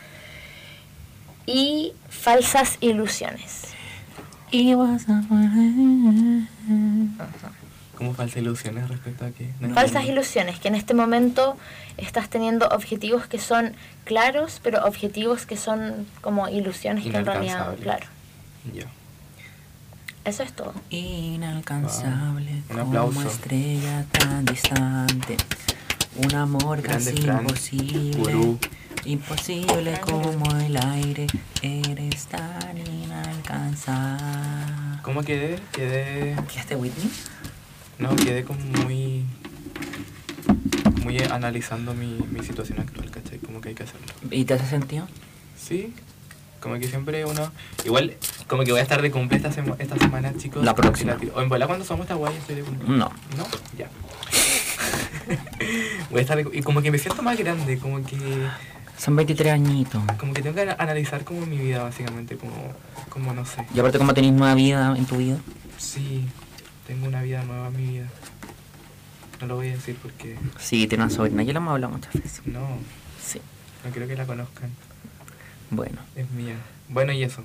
Y falsas ilusiones.
Y vas a morir.
Como falsas ilusiones respecto a qué? No
Falsas
entiendo.
ilusiones, que en este momento estás teniendo objetivos que son claros, pero objetivos que son como ilusiones que en realidad,
Inalcanzables.
claro.
Ya.
Eso es todo.
*laughs* Inalcanzable.
Wow. Ah, Un aplauso.
Como estrella tan distante. Un amor
Grande
casi
Fran.
imposible.
Gurú.
Imposible como el aire. Eres tan inalcanzable.
¿Cómo quedé? Quedé.
¿Quedaste Whitney?
No, quedé como muy. Muy analizando mi, mi situación actual, ¿cachai? Como que hay que hacerlo.
¿Y te hace sentido?
Sí. Como que siempre uno. Igual, como que voy a estar de cumple esta, sema- esta semana, chicos.
La próxima.
Y la tiro- O en verdad, cuando somos esta guay, estoy de cumple.
No.
¿No? Ya. *laughs* voy a estar de- Y como que me siento más grande, como que.
Son 23 añitos.
Como que tengo que ana- analizar como mi vida, básicamente. Como. Como no sé.
Y aparte, como tenéis nueva vida en tu vida?
Sí. Tengo una vida nueva en mi vida. No lo voy a decir porque.
Sí, tiene una sobrina. Yo la hemos hablado muchas veces.
No.
Sí.
No quiero que la conozcan.
Bueno.
Es mía. Bueno, y eso.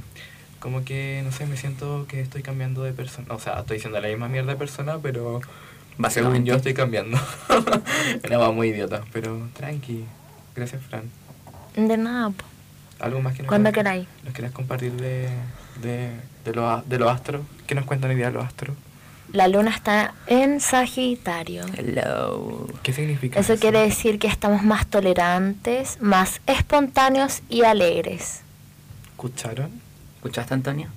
Como que, no sé, me siento que estoy cambiando de persona. O sea, estoy siendo la misma mierda de persona, pero... Según yo estoy cambiando. *laughs* Una va muy idiota, pero tranqui. Gracias, Fran.
De nada, po.
¿Algo más que nos
Cuando
quieras-
queráis.
¿Nos quieras compartir de, de, de, los, a- de los astros? ¿Qué nos cuentan hoy día los astros?
La luna está en Sagitario.
Hello.
¿Qué significa
Eso quiere decir que estamos más tolerantes, más espontáneos y alegres.
¿Escucharon?
¿Escuchaste, Antonia?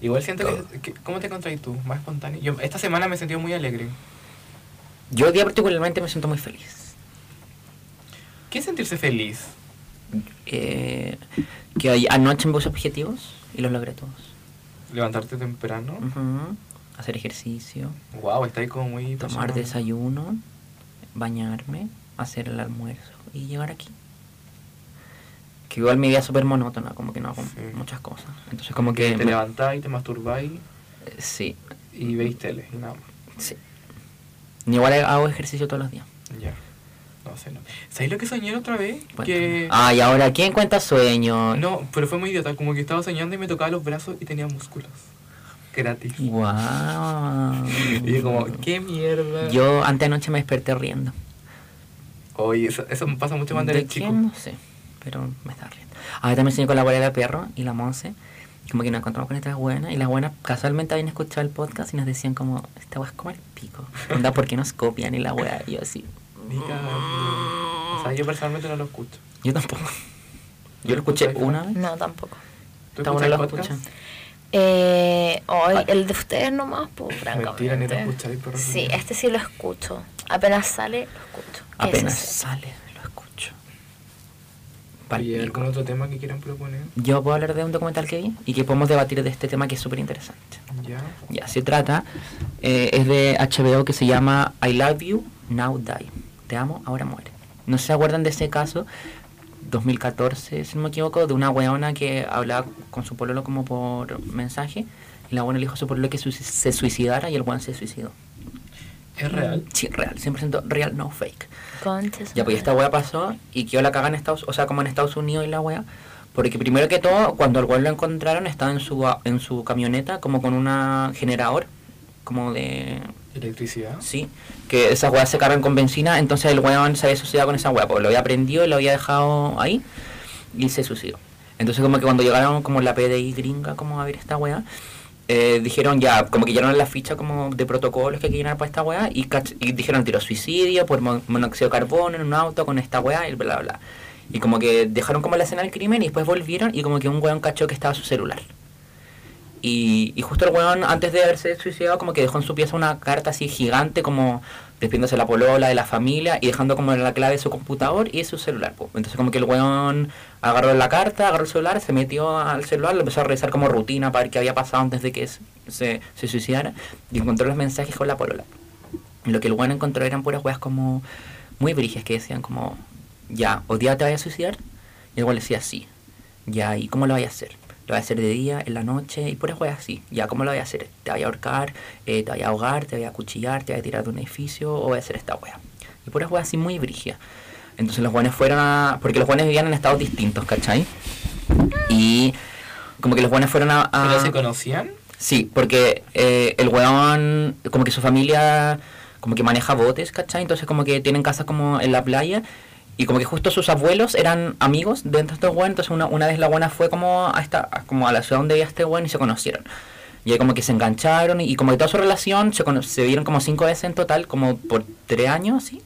Igual siento que, que- ¿Cómo te contraí tú? ¿Más espontáneo? Yo esta semana me he sentido muy alegre.
Yo hoy día particularmente me siento muy feliz.
¿Qué es sentirse feliz?
Eh, que ay- anoche me puse objetivos y los logré todos.
¿Levantarte temprano?
Ujú. Hacer ejercicio,
Wow, está ahí como muy...
Mm. tomar
personal.
desayuno, bañarme, hacer el almuerzo y llegar aquí. Que igual mi vida es súper monótona, como que no hago
Sí.
muchas cosas. Entonces como que...
Te
me-
levantáis, te masturbáis
Sí,
y veis tele y nada más.
sí. Igual hago ejercicio todos los días.
Ya. No sé, no. ¿Sabéis lo que soñé la otra vez?
Cuéntame. Ah,
Que.
Ay, ahora, ¿quién cuenta sueños?
No, pero fue muy idiota. Como que estaba soñando y me tocaba los brazos y tenía músculos. Gratis.
Wow.
*laughs* Y yo como, qué mierda.
Yo antes anoche me desperté riendo.
Oye, eso, eso me pasa mucho cuando
¿De
eres chico.
quién? No sé, pero me estaba riendo. Ahora también soñé con la abuela de perro y la Monse. Como que nos encontramos con estas buenas. Y las buenas casualmente habían escuchado el podcast y nos decían como, esta weá es como el pico. Onda, ¿por qué nos copian? Y la weá, y yo así.
Ni cagando. O sea, yo personalmente no lo escucho.
Yo tampoco. Yo lo escuché una vez.
No, tampoco.
¿Tú
Esta
escuchas
buena
el
lo
podcast?
escucha.
Eh, hoy, el de ustedes nomás, pues,
Mentira, ni lo
francamente.
escucháis, perro.
Sí, este sí lo escucho. Apenas sale, lo escucho. ¿Qué es
Apenas
eso?
sale, lo escucho. Pal
¿Y
pico.
algún otro tema que quieran proponer?
Yo puedo hablar de un documental que vi y que podemos debatir de este tema que es súper interesante.
Ya.
Ya, se trata, eh, es de HBO que se llama I Love You, Now Die. Te amo, ahora muere. No se acuerdan de ese caso, 2014, si no me equivoco, de una weona que hablaba con su pololo como por mensaje. Y la weona le dijo a su pololo que su- se suicidara y el weón se suicidó. Mm.
¿Es real?
Sí, real, 100% real, no fake.
Concha su
Ya, pues
madre.
esta wea pasó y quedó la caga en Estados o sea, como en Estados Unidos y la wea. Porque primero que todo, cuando el weón lo encontraron, estaba en su, a- en su camioneta, como con un generador, como de.
¿Electricidad?
Sí, que esas weas se cargan con benzina, entonces el weón se había suicidado con esa wea, porque lo había prendido y lo había dejado ahí y se suicidó. Entonces, como que cuando llegaron como la PDI gringa, como a ver esta wea, eh, dijeron ya, como que llenaron la ficha como de protocolos que hay que llenar para esta weá y, cach- y dijeron tiro suicidio por mon- monóxido de carbono en un auto con esta weá y bla bla. Y como que dejaron como la escena del crimen y después volvieron y como que un weón cachó que estaba su celular. Y, y justo el weón antes de haberse suicidado como que dejó en su pieza una carta así gigante como despidiéndose de la polola, de la familia y dejando como la clave de su computador y de su celular. po. Entonces como que el weón agarró la carta, agarró el celular, se metió al celular, lo empezó a revisar como rutina para ver qué había pasado antes de que se, se- se suicidara y encontró los mensajes con la polola. Lo que el weón encontró eran puras weas como muy brigas que decían como, ya, hoy día te vayas a suicidar. Y el weón le decía, sí. Ya, ¿y cómo lo vayas a hacer? ¿Lo vayas a hacer de día, en la noche? Y puras weas así. Ya, ¿cómo lo vayas a hacer? ¿Te vayas a ahorcar? eh, ¿Te vayas a ahogar? ¿Te vayas a cuchillar? ¿Te vayas a tirar de un edificio? ¿O vayas a hacer esta wea? Y puras weas así muy brigias. Entonces los buenos fueron a... Porque los buenos vivían en estados distintos, ¿cachai? Y como que los buenos fueron a... a-
¿Pero se conocían?
Sí, porque eh, el weón, como que su familia, como que maneja botes, ¿cachai? Entonces como que tienen casas como en la playa y como que justo sus abuelos eran amigos dentro de estos weón, entonces una, una vez la buena fue como a, esta, como a la ciudad donde vivía este weón y se conocieron. Y ahí como que se engancharon y, y como que toda su relación se, cono- se vieron como cinco veces en total, como por tres años, ¿sí?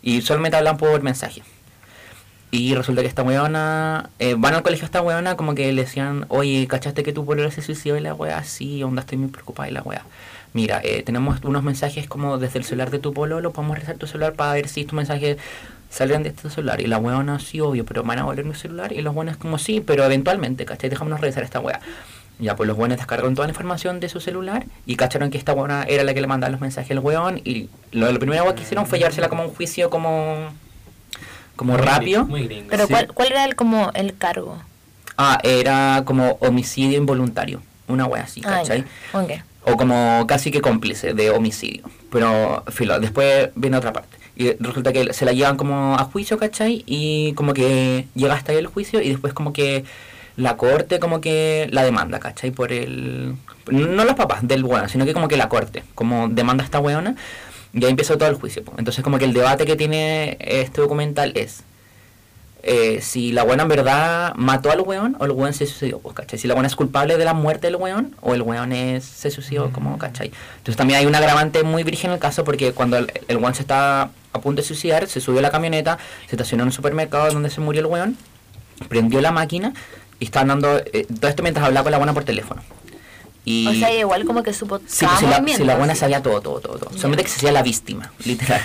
Y solamente hablan por mensaje. Y resulta que esta weona, eh, van al colegio a esta weona, como que le decían, oye, ¿cachaste que tu pololo se suicidó y la wea? Sí, onda, estoy muy preocupada y la wea. Mira, eh, tenemos unos mensajes como desde el celular de tu pololo, podemos revisar tu celular para ver si tus mensajes salen de este celular. Y la weona, sí, obvio, pero van a volver mi celular. Y los weones como, sí, pero eventualmente, ¿cachai? Dejámonos revisar esta wea. Ya, pues los weones descargaron toda la información de su celular y cacharon que esta weona era la que le mandaba los mensajes al weón. Y lo, lo primero que hicieron fue llevársela como a un juicio como... Como
Muy gring-
rápido.
Muy gringo.
Pero
Sí.
¿cuál, ¿cuál era el, como el cargo?
Ah, era como homicidio involuntario. Una wea así,
Ah,
¿cachai?
ya. Ok.
O como casi que cómplice de homicidio. Pero, filo, después viene otra parte. Y resulta que se la llevan como a juicio, ¿cachai? Y como que llega hasta ahí el juicio y después como que la corte como que la demanda, ¿cachai? Por el... No los papás del weón, sino que como que la corte, como demanda a esta weona. Y ahí empezó todo el juicio. po. Entonces como que el debate que tiene este documental es eh, si la buena en verdad mató al weón o el weón se suicidó, pues, ¿cachai? Si la buena es culpable de la muerte del weón o el weón es, se suicidó, como, ¿cachai? Entonces también hay un agravante muy virgen en el caso porque cuando el, el weón se está a punto de suicidar, se subió a la camioneta, se estacionó en un supermercado donde se murió el weón, prendió la máquina y está andando, eh, todo esto mientras hablaba con la buena por teléfono. Y
O sea, igual como que supo
Sí,
cada
pues si la, si
movimiento,
la buena
sí.
sabía todo, todo, todo, todo. Solamente que se hacía la víctima, literal.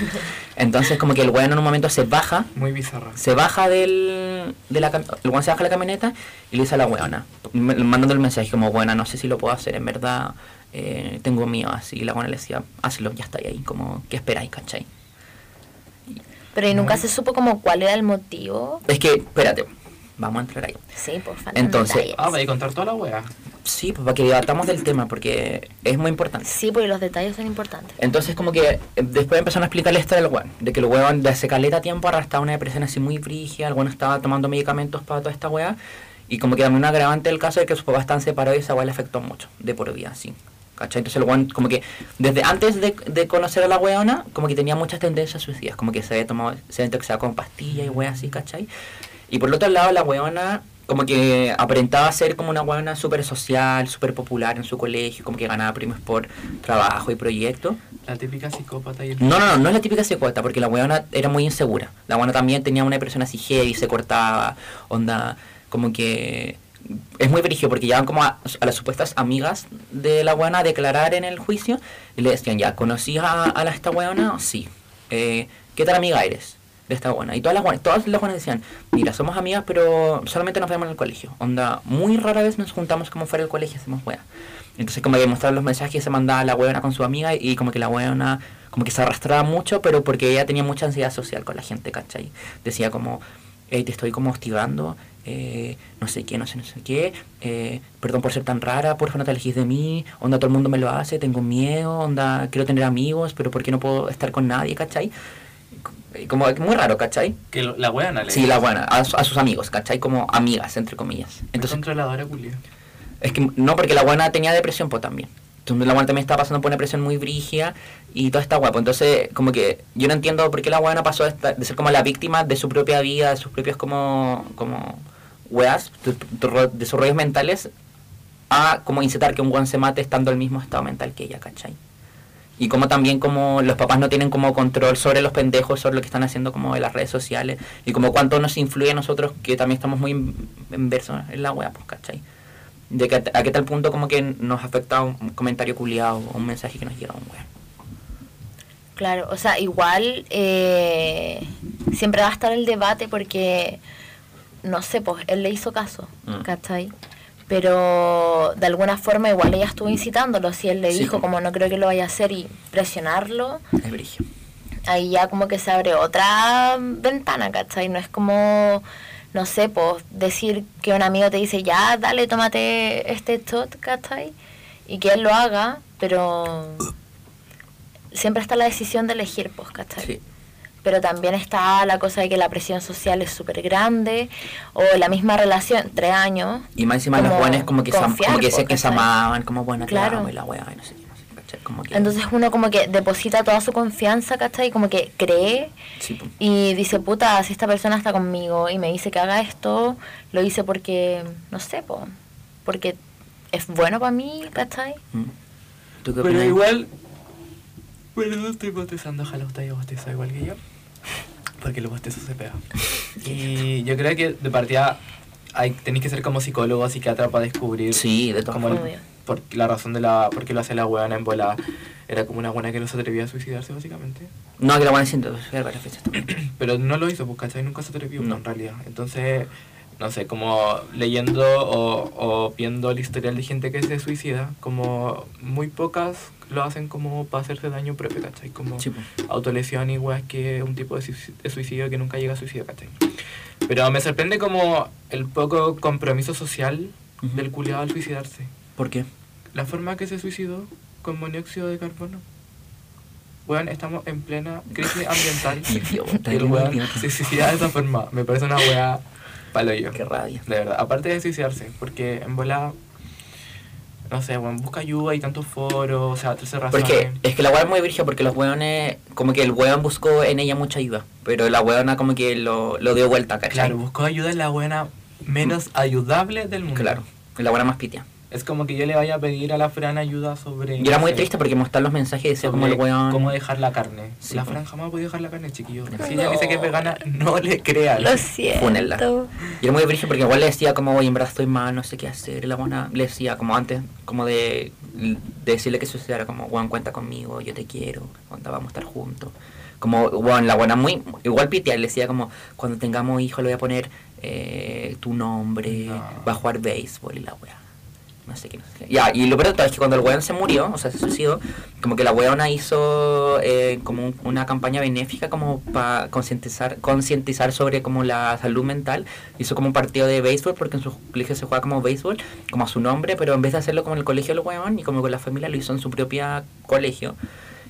Entonces como que el weón en un momento se baja
Muy bizarra.
se baja del, de la, cam- el weón se baja de la camioneta y le dice a la weona, me- mandando el mensaje como, buena, no sé si lo puedo hacer, en verdad eh, tengo miedo, así. Y la weona le decía, hazlo, ya está ahí, como, ¿qué esperáis, cachai?
Pero y nunca se supo como cuál era el motivo.
Es que, espérate, vamos a entrar ahí.
Sí, pues, por favor.
Entonces-
Ah, voy a contar toda la wea.
Sí, pues para que debatamos del tema, porque es muy importante.
Sí, porque los detalles son importantes.
Entonces como que eh, después empezaron a explicarle esto del weón, de que el weón de hace caleta tiempo arrastraba una depresión así muy frígida, el weón estaba tomando medicamentos para toda esta weá, y como que también un agravante del caso de que sus papás están separados y esa weá le afectó mucho, de por vida, sí. ¿Cachai? Entonces el weón como que desde antes de, de conocer a la weona, como que tenía muchas tendencias suicidas, como que se había tomado, se había intoxicado con pastillas y weá así, ¿cachai? Y por el otro lado, la weona como que aparentaba ser como una weona súper social, súper popular en su colegio, como que ganaba premios por trabajo y proyectos.
La típica psicópata y el...
No, no, no, no es la típica secuota, porque la weona era muy insegura. La weona también tenía una depresión así heavy, se cortaba, onda, como que... Es muy brillo porque llegaban como a, a las supuestas amigas de la weona a declarar en el juicio y le decían, ya, ¿conocías a, a la- esta weona? Sí. eh, ¿qué tal amiga eres? De esta buena. Y todas las buenas, todas las buenas decían, mira, somos amigas, pero solamente nos vemos en el colegio. Onda, muy rara vez nos juntamos como fuera del colegio, hacemos buena. Entonces como que mostraron los mensajes, se mandaba la buena con su amiga y como que la buena como que se arrastraba mucho, pero porque ella tenía mucha ansiedad social con la gente, ¿cachai? Decía como, "Ey, te estoy como hostigando, eh, no sé qué, no sé, no sé qué, eh, perdón por ser tan rara, por favor no te elegís de mí, onda todo el mundo me lo hace, tengo miedo, onda quiero tener amigos, pero ¿por qué no puedo estar con nadie, ¿cachai? C- Como que muy raro, ¿cachai?
Que lo- la buena le
Sí, la buena, a, su- a sus amigos, ¿cachai? Como amigas, entre comillas.
Entonces,
Entonces,
controladora, Julio.
es que no, porque la buena tenía depresión, pues también. Entonces la buena también estaba pasando por una presión muy brígida y todo está guapo. Entonces, como que yo no entiendo por qué la buena pasó de, esta- de ser como la víctima de su propia vida, de sus propios como, como weas, de, de- de sus rollos mentales, a como incitar que un guan se mate estando en el mismo estado mental que ella, ¿cachai? Y como también como los papás no tienen como control sobre los pendejos, sobre lo que están haciendo como en las redes sociales, y como cuánto nos influye a nosotros, que también estamos muy in- inversos en la wea, pues, ¿cachai? de que a, a qué tal punto como que nos afecta un, un comentario culiado o un mensaje que nos llega a un weón.
Claro, o sea, igual eh, siempre va a estar el debate porque, no sé, pues él le hizo caso,
Mm.
¿cachai? Pero de alguna forma igual ella estuvo incitándolo, si él le
Sí,
dijo
como-
como no creo que lo vaya a hacer y presionarlo,
Es brillo.
ahí ya como que se abre otra ventana, ¿cachai? No es como, no sé, pues decir que un amigo te dice, ya, dale, tómate este shot, ¿cachai? Y que él lo haga, pero siempre está la decisión de elegir, pues, ¿cachai?
Sí.
Pero también está la cosa de que la presión social es súper grande, o la misma relación, tres años.
Y más encima los
como
weones como que, se am-
confiar,
como que
po,
se, que se
¿cachai?
amaban, como buena
Claro.
claro. y la weá, y no sé qué, no sé qué, ¿cachai? Como que,
Entonces uno como que deposita toda su confianza, ¿cachai? Como que cree
sí, po.
Y dice, puta, si esta persona está conmigo y me dice que haga esto, lo hice porque, no sé, po, porque es bueno para mí, ¿cachai?
Mm. ¿Tú qué
Pero
opinas?
igual. Perdón, estoy bostezando. Ojalá usted haya bostezado igual que yo. Porque los bostezos se pegan. Y yo creo que de partida hay, tenéis que ser como psicólogo, psiquiatra para descubrir.
Sí, de todas
como el-
Obvio.
por la razón de la. por qué lo hace la huevona en bola. Era como una buena que no se atrevía a suicidarse, básicamente.
No, que la buena siento, voy a varias fechas también.
Pero no lo hizo, pues, ¿cachai? Nunca se atrevió,
No.
en realidad. Entonces, no sé, como leyendo o, o viendo el historial de gente que se suicida, como muy pocas lo hacen como para hacerse daño propio, ¿cachai? Como
Sí, pues. po.
autolesión igual que un tipo de suici- de suicidio que nunca llega a suicidio, ¿cachai? Pero me sorprende como el poco compromiso social
Ujú.
del culiado al suicidarse.
¿Por qué?
La forma que se suicidó con monóxido de carbono. Bueno, estamos en plena crisis
*laughs*
ambiental.
Idiota,
Y el
eres un
weón
idiota.
se suicida de esa forma. Me parece una weá palo yo.
Qué
De
rabia.
verdad. Aparte de suicidarse, porque en bola. No sé, weón, busca ayuda y tantos foros, o sea, 13 razones.
Porque es que la weá es muy virgen porque los weones, como que el weón buscó en ella mucha ayuda, pero la weona como que lo, lo dio vuelta, ¿cachai?
Claro, buscó ayuda en la buena menos ayudable del mundo.
Mm. Claro, la buena más pitia.
Es como que yo le vaya a pedir a la Fran ayuda sobre.
Y era
no
muy
sé,
triste porque mostrar los mensajes y decía como el
sobre
weón.
Cómo dejar la carne.
Sí,
la
po.
Fran jamás puede dejar la carne, chiquillo.
No.
Si ella dice que es vegana, no le crean.
Lo siento.
Fúnenla. Y era muy brillo porque igual le decía como, oye, en verdad estoy mal, no sé qué hacer. Y la buena le decía como antes, como de, de decirle que sucediera, como, weón, cuenta conmigo, yo te quiero, onda, vamos a estar juntos. Como, weón, la buena muy, igual pitia, le decía como, cuando tengamos hijos le voy a poner eh, tu nombre,
No.
va a jugar béisbol y la weá. No sé qué, no sé qué. Ya, y lo peor de todo es que cuando el weón se murió, o sea, se suicidó, como que la weona hizo eh, como un- una campaña benéfica como para concientizar, concientizar sobre como la salud mental. Hizo como un partido de béisbol, porque en su colegio se juega como béisbol, como a su nombre, pero en vez de hacerlo como en el colegio del weón y como con la familia, lo hizo en su propia colegio.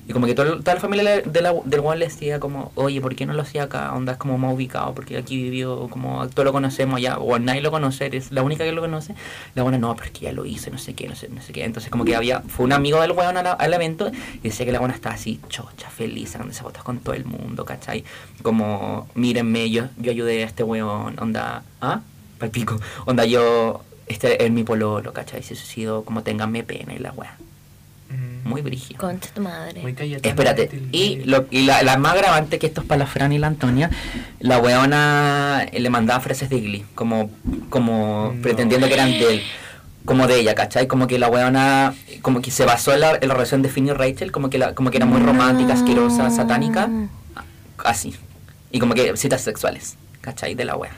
Y como que todo- toda la familia le- de la- del weón le decía como, oye, ¿por qué no lo hacía acá? Onda es como más ubicado, porque aquí vivió, como todos lo conocemos ya, o nadie lo conoce, es la única que lo conoce. La buena, no, pero es que ya lo hice, no sé qué, no sé, no sé qué. Entonces como que había, fue un amigo del weón a la- al evento y decía que la buena estaba así, chocha, feliz, sacándose fotos con todo el mundo, ¿cachai? Como, mírenme, yo, yo ayudé a este weón, onda, ¿ah? Palpico, onda yo, este es mi pololo, ¿cachai? Se suicidó, como ténganme pena y la weá.
Mm.
Muy brígido.
Concha tu madre.
Muy Cayetana
Espérate,
Tilbury.
y, lo, y la, la más agravante que esto es para la Fran y la Antonia, la weona eh, le mandaba frases de Glee, como, como
No.
pretendiendo que eran de él, como de ella, ¿cachai? Como que la weona, como que se basó en la, en la relación de Finn y Rachel, como que, la, como que era muy romántica, asquerosa, satánica, así. Y como que citas sexuales, ¿cachai? De la wea.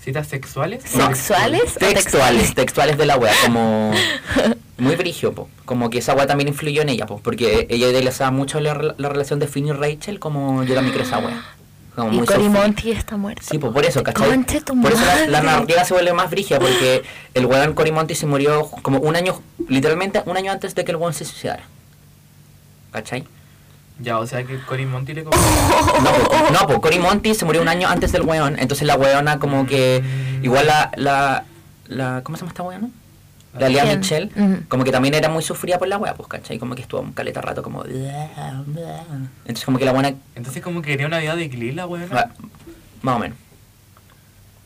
¿Citas sexuales?
¿Sexuales? o
Textuales, textuales de la wea,
*laughs*
como muy brigio, po. como que esa wea también influyó en ella, po, porque ella idealizaba mucho la, rel- la relación de Finn y Rachel, como yo también creo esa wea. Como
Y
muy
Cory
sofí-
Monty está muerto.
Sí, pues por eso, ¿cachai?
Conche tu
Por eso la, la
madre.
narrativa se vuelve más brigia, porque el weón Cory Monty se murió como un año, literalmente un año antes de que el weón se suicidara. ¿Cachai?
Ya, o sea que Cory Monty le compró.
*laughs* No, po, no, po, Cory Monty se murió un año antes del weón, entonces la weona como que, igual la, la, la ¿cómo se llama esta weona? La Lea
¿Quién?
Michelle,
Ujú.
como que también era muy sufrida por la wea, pues, ¿cachai? Como que estuvo un caleta rato como... Entonces como que la buena...
Entonces como que quería una vida de Glee, la weona.
Más o menos,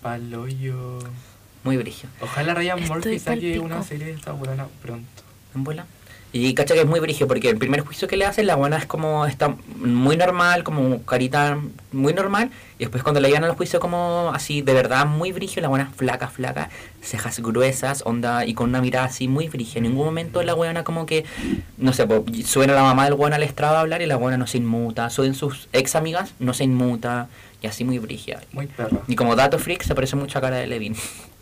Paloyo.
muy brigio.
Ojalá Ryan
Estoy
Murphy saque
palpico.
una serie de esta weona pronto.
En bola. Y cacha que es muy brigio porque el primer juicio que le hacen, la buena es como, está muy normal, como carita muy normal. Y después cuando le llegan al juicio como así, de verdad muy brigio, la buena flaca, flaca, cejas gruesas, onda, y con una mirada así muy brigio. En ningún momento la buena como que, no sé, po, suena la mamá del buena al estrado a hablar y la buena no se inmuta. Suben sus ex amigas, no se inmuta. Y así muy brigia.
Muy perra.
Y como dato freak, se parece mucho a cara de Levin.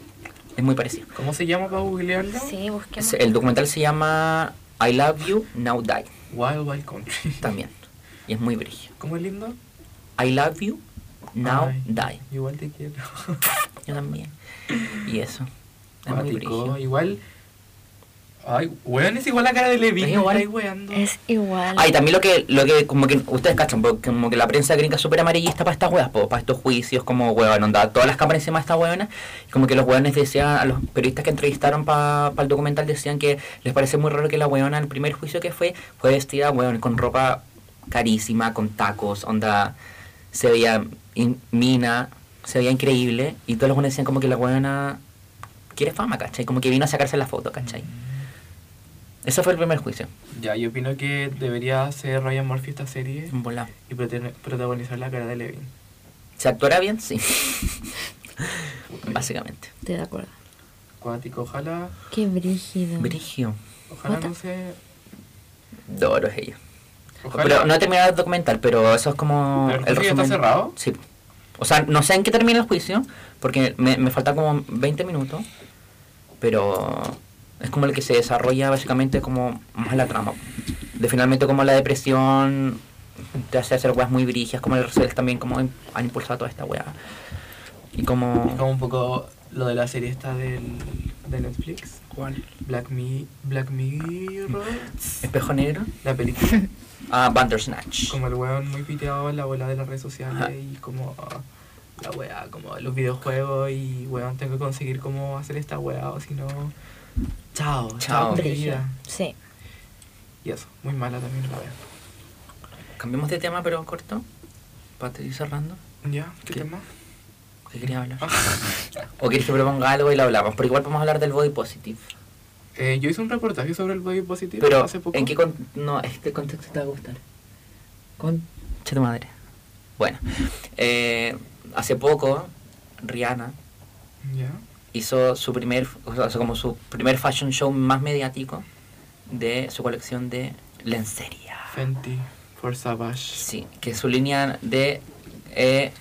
*laughs* es muy parecido.
¿Cómo se llama para googlearlo?
Sí, busquemos.
Se- El documental se llama I Love You, Now Die,
Wild Wild Country.
también. Y es muy brillo.
¿Cómo es lindo?
I Love You, Now
Ay,
Die.
Igual te quiero.
*laughs* Yo también. Y eso. Es muy
Cuático,
brillo.
igual. Ay, weón, es igual la cara de Levin.
Es igual.
Ay, weando.
Es igual.
Ah, y también lo que, lo que, como que ustedes cachan, porque como que la prensa gringa es súper amarillista para estas huevas, po, para estos juicios, como huevan, onda, todas las cámaras encima de estas huevonas, y como que los huevones decían, a los periodistas que entrevistaron para el documental decían que les parece muy raro que la huevona, el primer juicio que fue, fue vestida, huevón, con ropa carísima, con tacos, onda, se veía in- mina, se veía increíble, y todos los huevones decían como que la huevona quiere fama, ¿cachai? Como que vino a sacarse la foto, ¿cachai? Eso fue el primer juicio,
Ya, yo opino que debería hacer Ryan Murphy esta serie
en volado.
y prote- protagonizar la cara de Levin.
¿Se actuará bien? Sí. *laughs* Básicamente.
Estoy de acuerdo.
Cuático, ojalá.
Qué brígido.
Brigio.
Ojalá
Puta.
no se.
Doro es ella.
Ojalá.
Pero no he terminado el documental, pero eso es como...
¿El juicio ya está cerrado?
Sí. O sea, no sé en qué termina el juicio, porque me, me faltan como 20 minutos, pero es como el que se desarrolla básicamente como más la trama. De finalmente como la depresión te hace hacer weas muy brigias, como el Rosales también como han impulsado toda esta wea. Y
Es
como...
como un poco lo de la serie esta del, de Netflix. Black, Mi Black
*laughs*
Mirror.
Espejo negro.
La película.
Ah, Bandersnatch.
Como el weón muy piteado en la bola de las redes sociales
Ajá.
y como ah, la weá, como los videojuegos y weón, tengo que conseguir cómo hacer esta weá o si no. Chao, chao,
Chao.
con mi
Brígido.
vida.
Sí.
Y eso, muy mala también la weá.
Cambiemos de tema, pero corto. Para ir cerrando.
¿Ya? ¿Qué,
¿Qué?
tema?
¿Qué quería hablar?
Ah.
¿O quieres que proponga algo y lo hablamos? Porque igual podemos hablar del body positive.
Eh, yo hice un reportaje sobre el body positivo
Pero,
hace poco.
¿en qué con No, este contexto te va a gustar. Con... Che tu madre. Bueno. eh, hace poco, Rihanna
¿Ya?
hizo su primer... O sea, como su primer fashion show más mediático de su colección de lencería.
Fenty, for Savage.
Sí, que es su línea de... eh,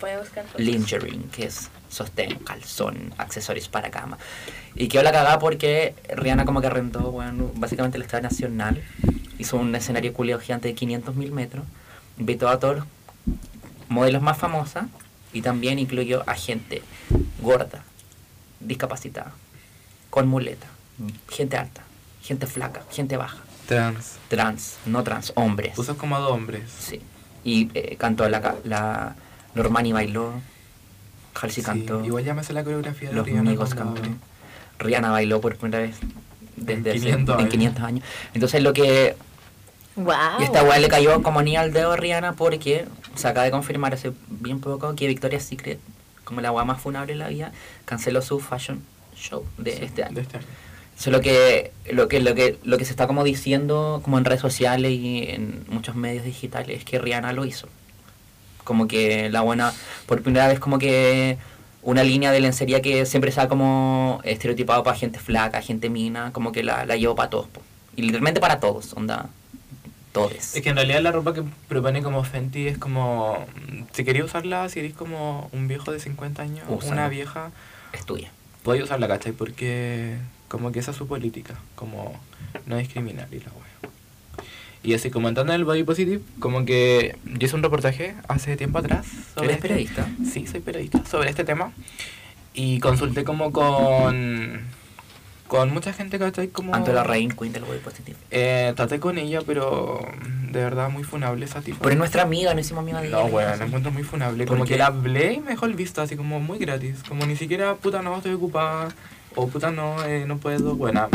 Voy a buscar.
lingering, que es sostén, calzón, accesorios para cama. Y quedó la cagada porque Rihanna como que rentó, bueno, básicamente el Estadio Nacional, hizo un escenario culeo gigante de 500.000 metros, invitó a todos los modelos más famosas y también incluyó a gente gorda, discapacitada, con muleta, gente alta, gente flaca, gente baja,
Trans.
trans, no trans, hombres.
Puso como a dos hombres.
Sí. Y eh, cantó la, ca- la Normani bailó,
Sí,
Halsey cantó,
Igual ya me hace la coreografía de
los
Rihanna
amigos
cuando
cantó.
abre.
Rihanna bailó por primera vez
En
desde hace-
500
en
años.
500 años. Entonces lo que
Wow.
y esta weá le cayó como ni al dedo a Rihanna porque se acaba de confirmar hace bien poco que Victoria's Secret, como la weá más funable de la vida, canceló su fashion show de este año.
De este año.
Eso es lo que, lo que, lo que, lo que se está como diciendo como en redes sociales y en muchos medios digitales es que Rihanna lo hizo. Como que la buena, por primera vez como que una línea de lencería que siempre está como estereotipado para gente flaca, gente mina, como que la, la llevó para todos. po. Y literalmente para todos, onda. todes.
Es que en realidad la ropa que propone como Fenty es como. mm, Si quería usarla, si eres como un viejo de 50 años,
Úsala.
una vieja,
Es tuya.
podéis usarla, ¿cachai? Porque como que esa es su política, como no discriminar y la wea. Y así como entrando en el body positive, como que yo hice un reportaje hace tiempo atrás.
¿Eres
este-
periodista?
Sí, soy periodista, sobre este tema. Y consulté como con. con mucha gente, ¿cachai? Como.
Ante la raíz, cuéntalo body positivo.
Eh, traté con ella, pero mm, de verdad muy funable esa tipa.
Pero es nuestra amiga, no hicimos amiga de
No,
ella.
weón, la encuentro muy funable.
¿Por
Como
qué?
que la hablé y me dejó el visto, así como muy gratis. Como ni siquiera, puta, no, estoy ocupada. O puta, no, eh, no puedo. Bueno,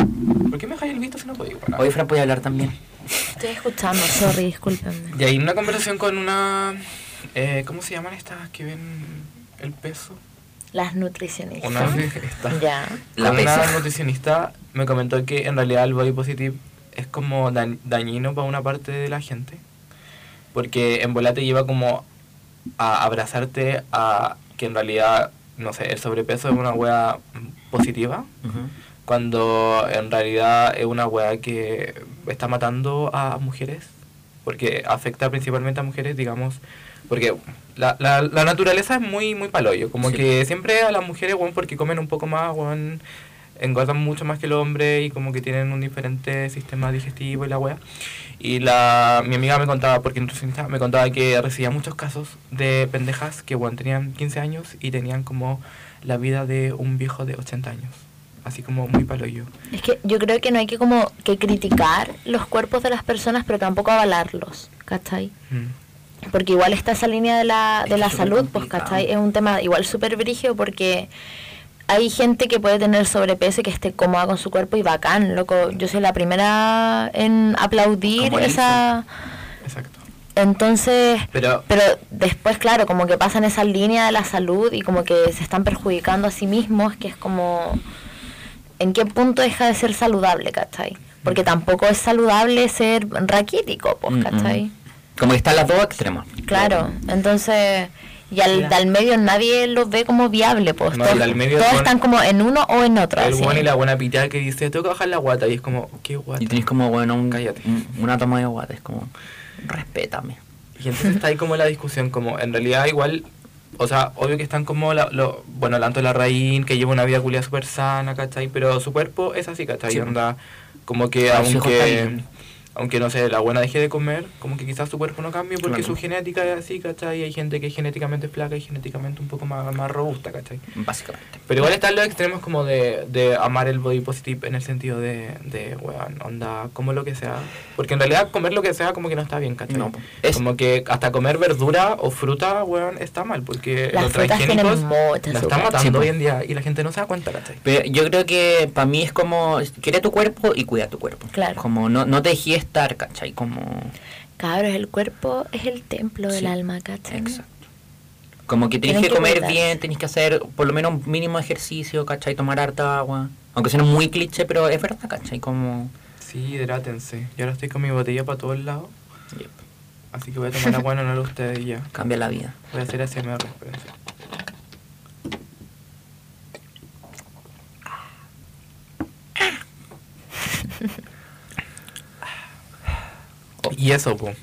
¿por qué me dejáis el visto si no podéis? Bueno,
Hoy Fran puede hablar también.
Estoy escuchando, sorry, discúlpenme.
Y ahí una conversación con una... eh, ¿Cómo se llaman estas que ven el peso?
Las nutricionistas.
Una esta.
Ya.
La
Con una
pesa.
nutricionista me comentó que en realidad el body positive es como dañ- dañino para una parte de la gente. Porque en bola te lleva como a abrazarte a que en realidad, no sé, el sobrepeso es una wea positiva. Cuando en realidad es una wea que está matando a mujeres. Porque afecta principalmente a mujeres, digamos. Porque la, la, la naturaleza es muy, muy palollo. Como
Sí.
que siempre a las mujeres, weón, porque comen un poco más, weón, engordan mucho más que el hombre y como que tienen un diferente sistema digestivo y la wea. Y la, mi amiga me contaba, porque nutricionista, me contaba que recibía muchos casos de pendejas que, weón, tenían 15 años y tenían como la vida de un viejo de 80 años. Así como muy palollo.
Es que yo creo que no hay que como que criticar los cuerpos de las personas, pero tampoco avalarlos, ¿cachai?
Mm.
Porque igual está esa línea de la,
Es
de
que
la
es súper
salud, pues,
complicado.
¿cachai? Es un tema igual súper brígido porque hay gente que puede tener sobrepeso y que esté cómoda con su cuerpo y bacán, loco. Yo soy la primera en aplaudir
Como
esa...
Exacto.
Entonces...
Pero
Pero después, claro, como que pasan esa línea de la salud y como que se están perjudicando a sí mismos, que es como, ¿en qué punto deja de ser saludable, cachai? Porque
Mm.
tampoco es saludable ser raquítico, pues, cachai.
Como que están las dos extremos.
Claro, entonces, y al, de al medio nadie lo ve como viable, pues.
No, y
todos
al medio
todos
son-
están como en uno o en otro.
el
así.
guan y la buena piteada que dice, tengo que bajar la guata. Y es como, ¿qué guata?
Y tenés como, bueno, un,
Cállate.
un- una toma de guate. Es como, respétame.
Y entonces está ahí como la discusión, como en realidad igual, o sea, obvio que están como, la, lo, bueno, Lanto Larraín, que lleva una vida culia súper sana, ¿cachai? Pero su cuerpo es así, ¿cachai?
Sí.
Onda, como que
Ah, su hijo está
aunque,
bien.
aunque, no sé, la buena deje de comer, como que quizás su cuerpo no cambie porque
Claro.
su genética es así, ¿cachai? Hay gente que es genéticamente flaca y genéticamente un poco más, más robusta, ¿cachai?
Básicamente.
Pero igual están los extremos como de, de amar el body positive en el sentido de, de weón, onda, como lo que sea. Porque en realidad comer lo que sea como que no está bien, ¿cachai?
No, es-
Como que hasta comer verdura o fruta, weón, está mal. Porque
Las
los
frutas tienen
transgénicos
mucho
la
azúcar.
están matando
Sí, po.
hoy en día y la gente no se da cuenta, ¿cachai?
Pero yo creo que para mí es como, quiere tu cuerpo y cuida tu cuerpo.
Claro.
Como, no, no te dejé estar, ¿cachai? Como,
Cabros, el cuerpo es el templo del
Sí,
alma, ¿cachai?
exacto. Como que tenés
Tienen
que
que
comer
cuidarse.
bien, tenés que hacer por lo menos un mínimo ejercicio, ¿cachai? Tomar harta agua. Aunque suena muy cliché, pero es verdad, ¿cachai? Como...
Sí, hidrátense. Yo ahora estoy con mi botella para todos lados,
yep,
así que voy a *laughs* tomar agua en honor a ustedes y ya.
Cambia la vida.
Voy a hacer ASMR, espérense. Y eso, pues.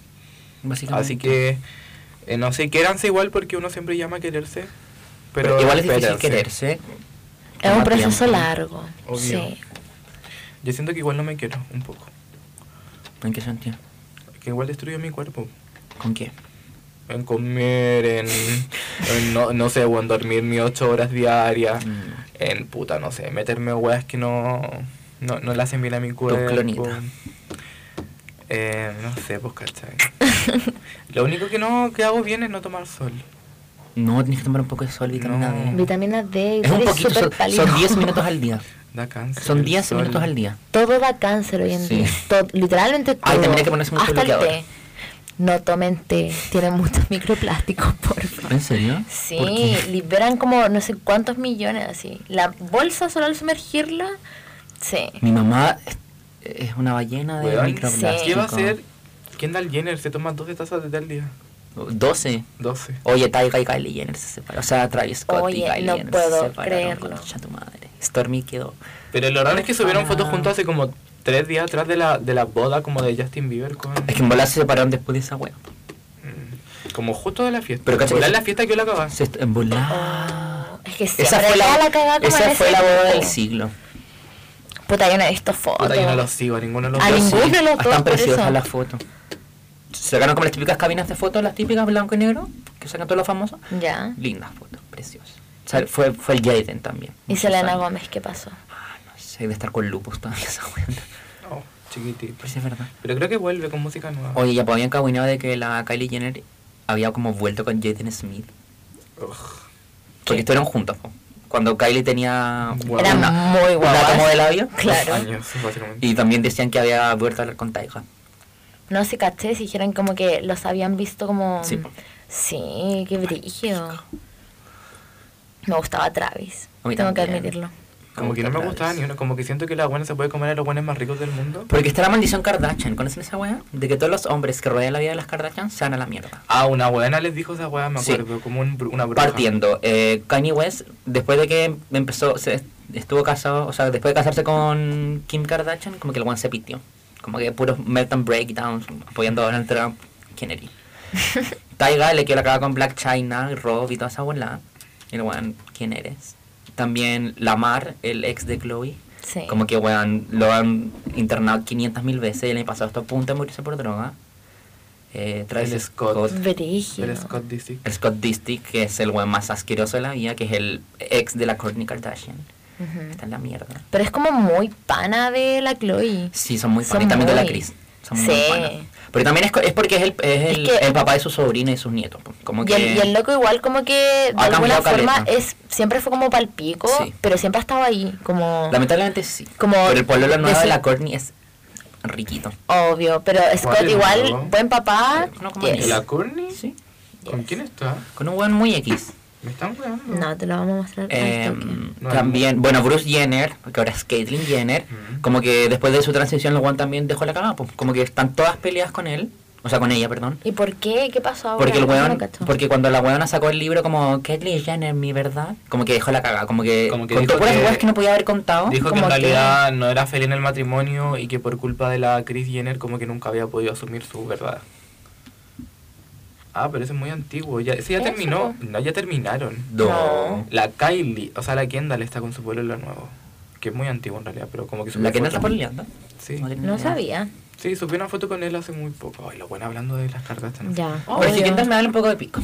Básicamente.
Así que, eh, no sé, quéranse igual porque uno siempre llama a quererse. Pero,
Pero, igual es difícil
espérense.
quererse.
Es un
Toma
proceso
tiempo.
largo.
Obvio.
Sí.
Yo siento que igual no me quiero, un poco.
¿En qué sentido?
Que igual destruyo mi cuerpo.
¿Con qué?
En comer, en, en no, no sé, o en dormir mis ocho horas diarias.
Mm.
En puta, no sé, meterme weas que no, no, no le hacen bien a mi cuerpo.
clonita.
Eh, no sé, pues cachai. *laughs* Lo único que no que hago bien es no tomar sol.
No, tenés que tomar un poco de sol, vitamina
No.
D.
Vitamina D,
Es un
eres
poquito,
súper
son,
pálido.
son
*laughs*
10 minutos al día.
Da cáncer.
Son
el
10
sol.
minutos al día.
Todo da cáncer hoy en
Sí.
día. To- literalmente todo.
Ay, también hay que ponerse mucho
Hasta el
bloqueador.
té. No tomen té. Tienen *laughs* muchos microplásticos, por favor.
¿En serio? ¿Por
Sí,
qué?
liberan como no sé cuántos millones así. La bolsa solo al sumergirla, sí.
Mi mamá es- es una ballena de
Weón,
microplásticos.
¿Qué va a hacer? Kendall Jenner se toma 12 tazas de té al día.
12.
12.
Oye, Tyga y Kylie Jenner se separaron. O sea, Travis Scott y
Oye,
Kylie
no
Jenner
puedo
se separaron.
creerlo.
Concha tu madre. Stormy quedó. Ah.
Pero lo raro es que subieron fotos juntos hace como tres días atrás de la, de la boda como de Justin Bieber con...
Es que en bola se separaron después de esa wea.
Mm, Como justo de la fiesta.
Pero,
Pero
¿cachai?
que la fiesta yo la acababa.
Se est- En bola.
Es que Oh. siempre
Esa fue la,
la cagada como
esa
en
fue
ese
la boda del
tiempo.
siglo.
Puta, yo no he visto fotos.
Puta, yo no los sigo, a ninguno de los
A
dos.
ninguno. Google los dos,
Están
por eso.
preciosas las fotos. Se sacaron como las típicas cabinas de fotos, las típicas blanco y negro, que sacan todos los famosos.
Ya.
Lindas fotos, preciosas. O sea, fue, fue el Jaden también.
Y
muchos
Selena
años.
Gómez, ¿qué pasó?
Ah, no sé, de estar con lupus todavía *laughs* esa wea.
Oh, chiquitito.
Pero sí es verdad.
Pero creo que vuelve con música nueva.
Oye, ya pues, habían cabineado de que la Kylie Jenner había como vuelto con Jaden Smith.
Ugh.
Porque estuvieron juntos, po. Cuando Kylie tenía
Guau. Eran
una
muy guapas.
como de labio.
Claro.
Años, básicamente.
Y también decían que había vuelto a hablar con Taiga.
No sé, caché, si dijeron como que los habían visto como...
Sí.
Sí, qué brillo. Me gustaba Travis.
A mí
Tengo que
también.
admitirlo.
Como que no me gustaba ni uno, como que siento que la buena se puede comer a los buenos más ricos del mundo.
Porque está la maldición Kardashian, ¿conocen esa weá? De que todos los hombres que rodean la vida de las Kardashian se van a la mierda.
Ah, una buena les dijo esa weá, me
Sí.
acuerdo, como un bru- una bruja.
Partiendo, eh, Kanye West, después de que empezó, se estuvo casado, o sea, después de casarse con Kim Kardashian, como que el one se pitió. Como que puros melt and breakdowns, apoyando a Donald Trump, Kennedy. Taiga le quiere acabar con Black China, Rob y toda esa bola. Y el one, ¿quién eres? También Lamar, el ex de Chloe.
Sí.
Como que, weón, lo han internado 500.000 veces y el año pasado está a punto de morirse por droga. Eh, Travis
El
Scott.
Scott.
Brígido.
El Scott Disick.
El Scott Disick, que es el weón más asqueroso de la vida, que es el ex de la Kourtney Kardashian.
Ujú.
Está en la mierda.
Pero es como muy pana de la Chloe.
Sí, son muy
Son
panas. Y también de la
muy-
Chris. Son
Sí.
muy panas. Pero también es, co- es porque es, el, es,
Es
el,
que-
el papá de su sobrina y sus nietos. po. Como
Y
que...
el, y el loco igual como que de
Ha
alguna
cambiado
forma
caleta.
es siempre fue como palpico,
Sí.
pero siempre ha estado ahí, como
Lamentablemente sí.
Como-
Pero el pueblo nuevo
Decir-
de la Kourtney es riquito.
obvio, pero Scott
es
igual
nuevo?
buen papá.
No, como
yes.
¿Y la Courtney?
Sí.
¿Con quién está?
Con un weón muy X.
Me están weando.
No, te lo vamos a mostrar. al
Eh,
toque.
No,
también, bueno, Bruce Jenner, que ahora es Caitlyn Jenner,
Ujú.
como que después de su transición, el Juan también dejó la cagada, pues, como que están todas peleadas con él, o sea, con ella, perdón.
¿Y por qué? ¿Qué pasó ahora?
Porque el
No lo
weón,
cacho.
porque cuando la weona sacó el libro como Caitlyn Jenner, mi verdad, como que dejó la cagada, como que,
Como que
contó
dijo
puras
que-
weas que no podía haber contado.
Dijo que
como
en
que-
realidad no era feliz en el matrimonio y que por culpa de la Kris Jenner como que nunca había podido asumir su verdad. Ah, pero ese es muy antiguo. Ya, ese ya
Eso.
terminó. No, ya terminaron.
No.
La Kylie, o sea, la Kendall está con su pueblo nuevo. Que es muy antiguo en realidad, pero como que subió
La que no
foto.
está pololeando.
Sí.
tenía
No
idea.
sabía.
Sí, subí una foto con él hace muy poco. Ay, lo bueno hablando de las cartas.
Ya.
Pero si
obvio.
Kendall me da un poco de pico.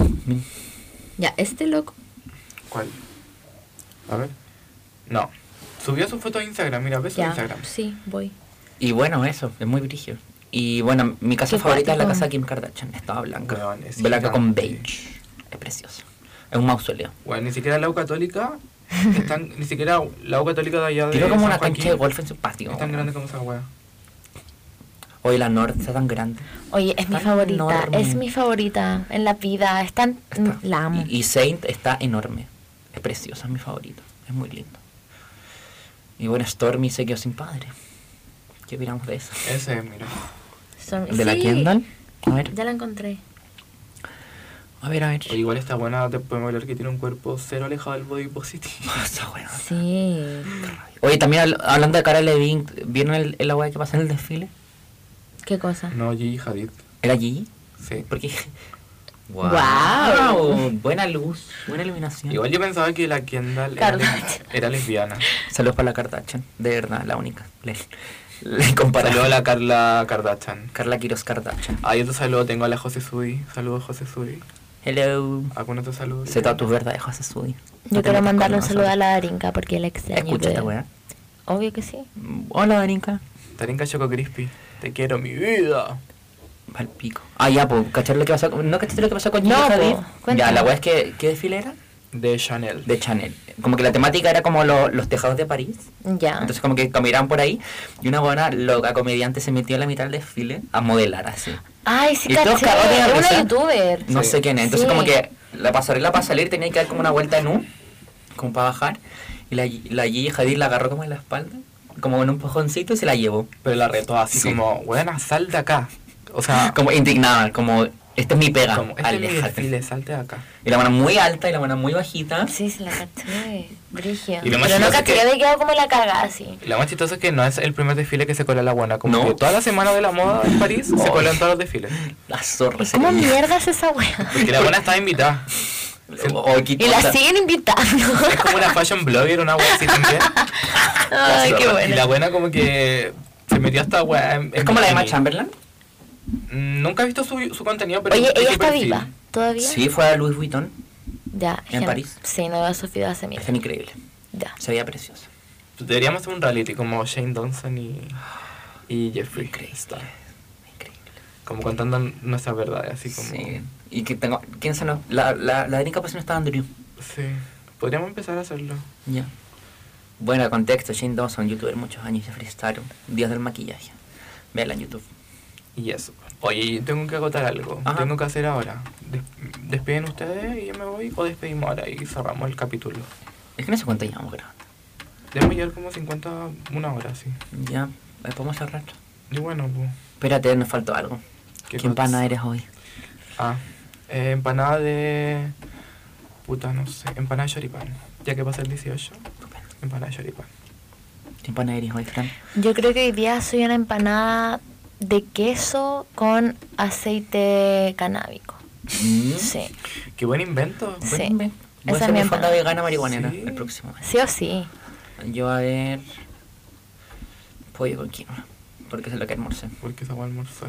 Ya, este loco.
¿Cuál? A ver. No. Subió su foto a Instagram, mira, ves su
Ya.
Instagram.
Sí, voy.
Y bueno, eso, es muy brillo. Y bueno, mi casa
Qué
favorita es la
cuático.
casa de Kim Kardashian. Es toda blanca.
Weón, es
blanca con
gigante. Eh,
beige. Es precioso. Es un mausoleo.
Bueno, ni siquiera la U
*laughs*
Católica. Están, ni siquiera la U Católica de allá de.
Tiene como
San
una
Joaquín
cancha de golf en su patio.
Es tan grande como esa wea.
Hoy la norte está tan grande.
Oye, es mi
Está
favorita,
enorme.
es mi favorita en la vida. Es tan
Está.
la amo.
Y, y Saint está enorme. Es preciosa, es mi favorito. Es muy lindo. Y bueno, Stormy se quedó sin padre. ¿Qué opinamos de eso?
Ese, mira.
Son-
¿De la
Eh, sí,
Kendall? A ver,
Ya la encontré.
a ver, a ver.
O
*laughs*
igual está buena, te podemos hablar que tiene un cuerpo cero alejado del body
*laughs*
positive.
Esa weá.
Sí.
Oye, también habl- hablando de Cara Levine, ¿vieron el, el agua que pasó en el desfile?
¿Qué cosa?
No, Gigi Hadid.
¿Era allí?
Sí.
Porque. *laughs*
Guau.
Guau, Buena luz, buena iluminación.
Igual yo pensaba que la Kendall era, les-
Kardashian.
era lesbiana.
Saludos para la Kardashian, de verdad, la única. Le, le comparo.
Saludo a la Carla Kardashian.
Carla Quiroz Kardashian.
Ahí otro saludo tengo a la José Sudi. Saludos, José Sudi.
Hello.
¿Algún otro saludo?
Se da tus verdades, José Sudi.
Yo
No te metas
quiero mandarle un
con
saludo a
nosotros.
la Darinka porque la extraño.
Escucha esta
bebé.
weá.
Obvio que sí.
Hola, Darinka.
Tarinka Choco Crispy. Te quiero, mi vida.
Pal pico. Ah, ya, pues, ¿cachar lo que pasó con... ¿No cachaste lo que pasó con Gigi
No, po,
Hadid? Ya,
cuéntame.
la weá es que... ¿Qué desfile era?
De Chanel.
De Chanel. Como que la temática era como lo- los tejados de París.
Ya.
Entonces como que caminaban por ahí y una buena loca comediante se metió a la mitad del desfile a modelar así.
Ay, sí,
y todos
caché.
cagados de
Es una
risa.
youtuber.
No
Sí.
sé quién es. Entonces
Sí.
como que la pasarela para salir tenía que dar como una vuelta en U, como para bajar. Y la, la Gigi Hadid la agarró como en la espalda, como en un pojoncito y se la llevó.
Pero la retó así
Sí. *laughs*
como, buena, sal de acá. O sea,
Como indignada, como Esta es mi pega.
Como, este es mi
aléjate.
desfile, salte de acá.
Y la mano muy alta y la mano muy bajita.
Sí, se la caché. Brigio.
Y lo más
Pero no
chistoso es
caché,
que-
había quedado como la cagada así.
Y Lo más chistoso es que no es el primer desfile que se cola la buena. Como
No. Oh.
que toda la semana de la moda en París se
Ay.
colan todos los
*laughs*
desfiles.
La zorra. se
¿Cómo
le- *laughs*
mierda es esa wea?
Porque la buena estaba invitada.
Oh, qué
Y la
tonta.
siguen invitando.
Es como una fashion blogger, una wea así también. *laughs*
Ay, qué
Y
bueno.
la buena como que se metió hasta wea en-
Es como la de Emma
bikini.
Chamberlain.
Mm, Nunca he visto su, su contenido, pero...
Oye,
vi
ella
su
está
perfil.
viva. ¿Todavía?
Sí, fue a Louis Vuitton.
Ya.
¿En París?
Sí, no veo a Sofía hace mierda.
Está increíble.
Ya.
Se veía preciosa.
Deberíamos hacer un reality como Shane Dawson y, y Jeffrey Star.
Increíble.
Como contando nuestras verdades, así como...
Sí. Y que tengo. ¿Quién se nos.? La, la, la única persona estaba Andrew.
Sí. Podríamos empezar a hacerlo.
Ya. Bueno, contexto: Shane Dawson, youtuber muchos años, Jeffree Star, Dios del maquillaje. Véala en YouTube.
Y eso. Oye, tengo que agotar algo.
Ajá.
Tengo que hacer ahora. Des- despiden ustedes y yo me voy. O despedimos ahora y cerramos el capítulo.
Es que no sé cuánto llevamos grabando.
Debemos llevar como 50, una hora, sí.
Ya, ahí podemos cerrar.
Y bueno, pues...
Espérate, nos faltó algo.
¿Qué
¿Quién
cosa?
pana eres hoy?
Ah, eh, empanada de... Puta, no sé. Empanada de choripán. Ya que pasa el 18,
Estupendo.
empanada de choripán.
¿Quién pana eres hoy, Fran?
Yo creo que hoy día soy una empanada de queso con aceite canábico.
Mm,
Sí.
Qué buen invento.
Sí.
Bueno, ven. Voy a
Esa es
hacer
mi
mi fonda
empanada.
vegana marihuanera
Sí.
el próximo mes.
Sí o sí.
Yo a ver. Pollo con quinoa. Porque eso es lo que almorcé.
Porque se va a almorzar.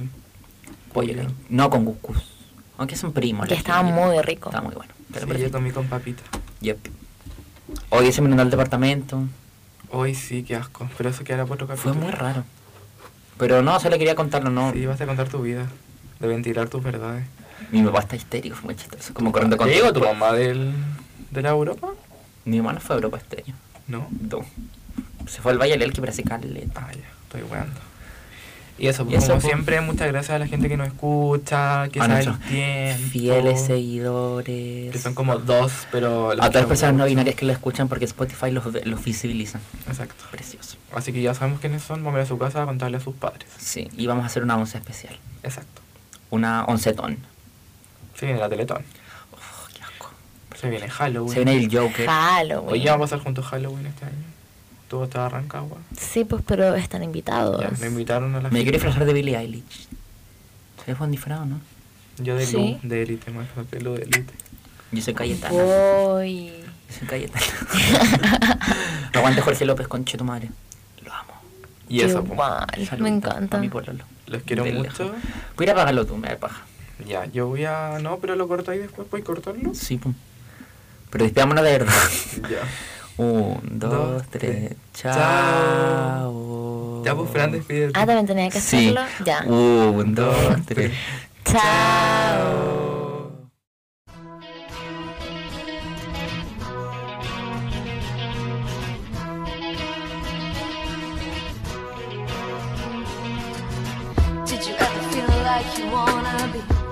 Pollo
Ya.
con No con cuscús. Aunque es un primo.
Que
la
estaba
quinoa.
muy rico.
Estaba muy bueno. Pero
Sí, yo
perfecto.
comí con papita.
Yep. Hoy se me inundó el departamento.
Hoy sí, qué asco. Pero eso quedará por otro
Fue
capítulo.
muy raro. Pero no, solo quería contarlo, no.
Sí, vas a contar tu vida. De ventilar tus verdades.
Mi papá está histérico, fue muy chistoso. Como corriendo con.
¿Ya llegó tu mamá del, de la Europa?
Mi hermano fue a Europa este año.
No.
No. Se fue al Valle del Elqui para caleta.
Ah, ya. Estoy weando. Y eso,
Y eso,
como
pues.
siempre, muchas gracias a la gente que nos escucha, que
A
sabe
nuestros
el tiempo.
Fieles
Que
seguidores.
son como dos, pero... las
A todas las
queremos
personas no
mucho.
binarias que lo escuchan porque Spotify los, ve- los visibiliza.
Exacto.
Precioso.
Así que ya sabemos quiénes son. Vamos a ir a su casa a contarle a sus padres.
Sí, y vamos a hacer una once especial.
Exacto.
Una oncetón.
Se viene la Teletón.
Oh, qué asco.
Se viene Halloween.
Se viene el
Hoy
Joker.
Halloween.
ya va a pasar juntos Halloween este año. Todo está arrancado.
Sí, pues, pero están invitados.
Ya, me invitaron a la fiesta.
Me quiero disfrazar de Billie Eilish. Se ve buen disfraz, ¿no?
Yo de
Sí.
Lu, de élite, más de pelo de élite.
Yo soy Cayetana.
Oh. Voy.
Yo soy Cayetana. *laughs* Aguante Jorge López, conche tu madre. Lo amo.
Y
Qué
eso, pues, po.
mal,
Saludito
Me encanta.
A mi pololo.
los quiero
De
mucho.
lejos. Voy a ir a apagarlo tú, me da paja.
Ya, yo voy a. No, pero lo corto ahí después, ¿puedo cortarlo?
Sí, pum. Pero despidámonos de verdad. *laughs*
Ya.
Un, dos,
Dos,
tres.
tres.
Chao.
Ya, pues, Fran, despídete.
Ah, también tenía que
Sí.
hacerlo. Ya.
Un, dos, tres.
Chao.
Did you ever feel like you wanna be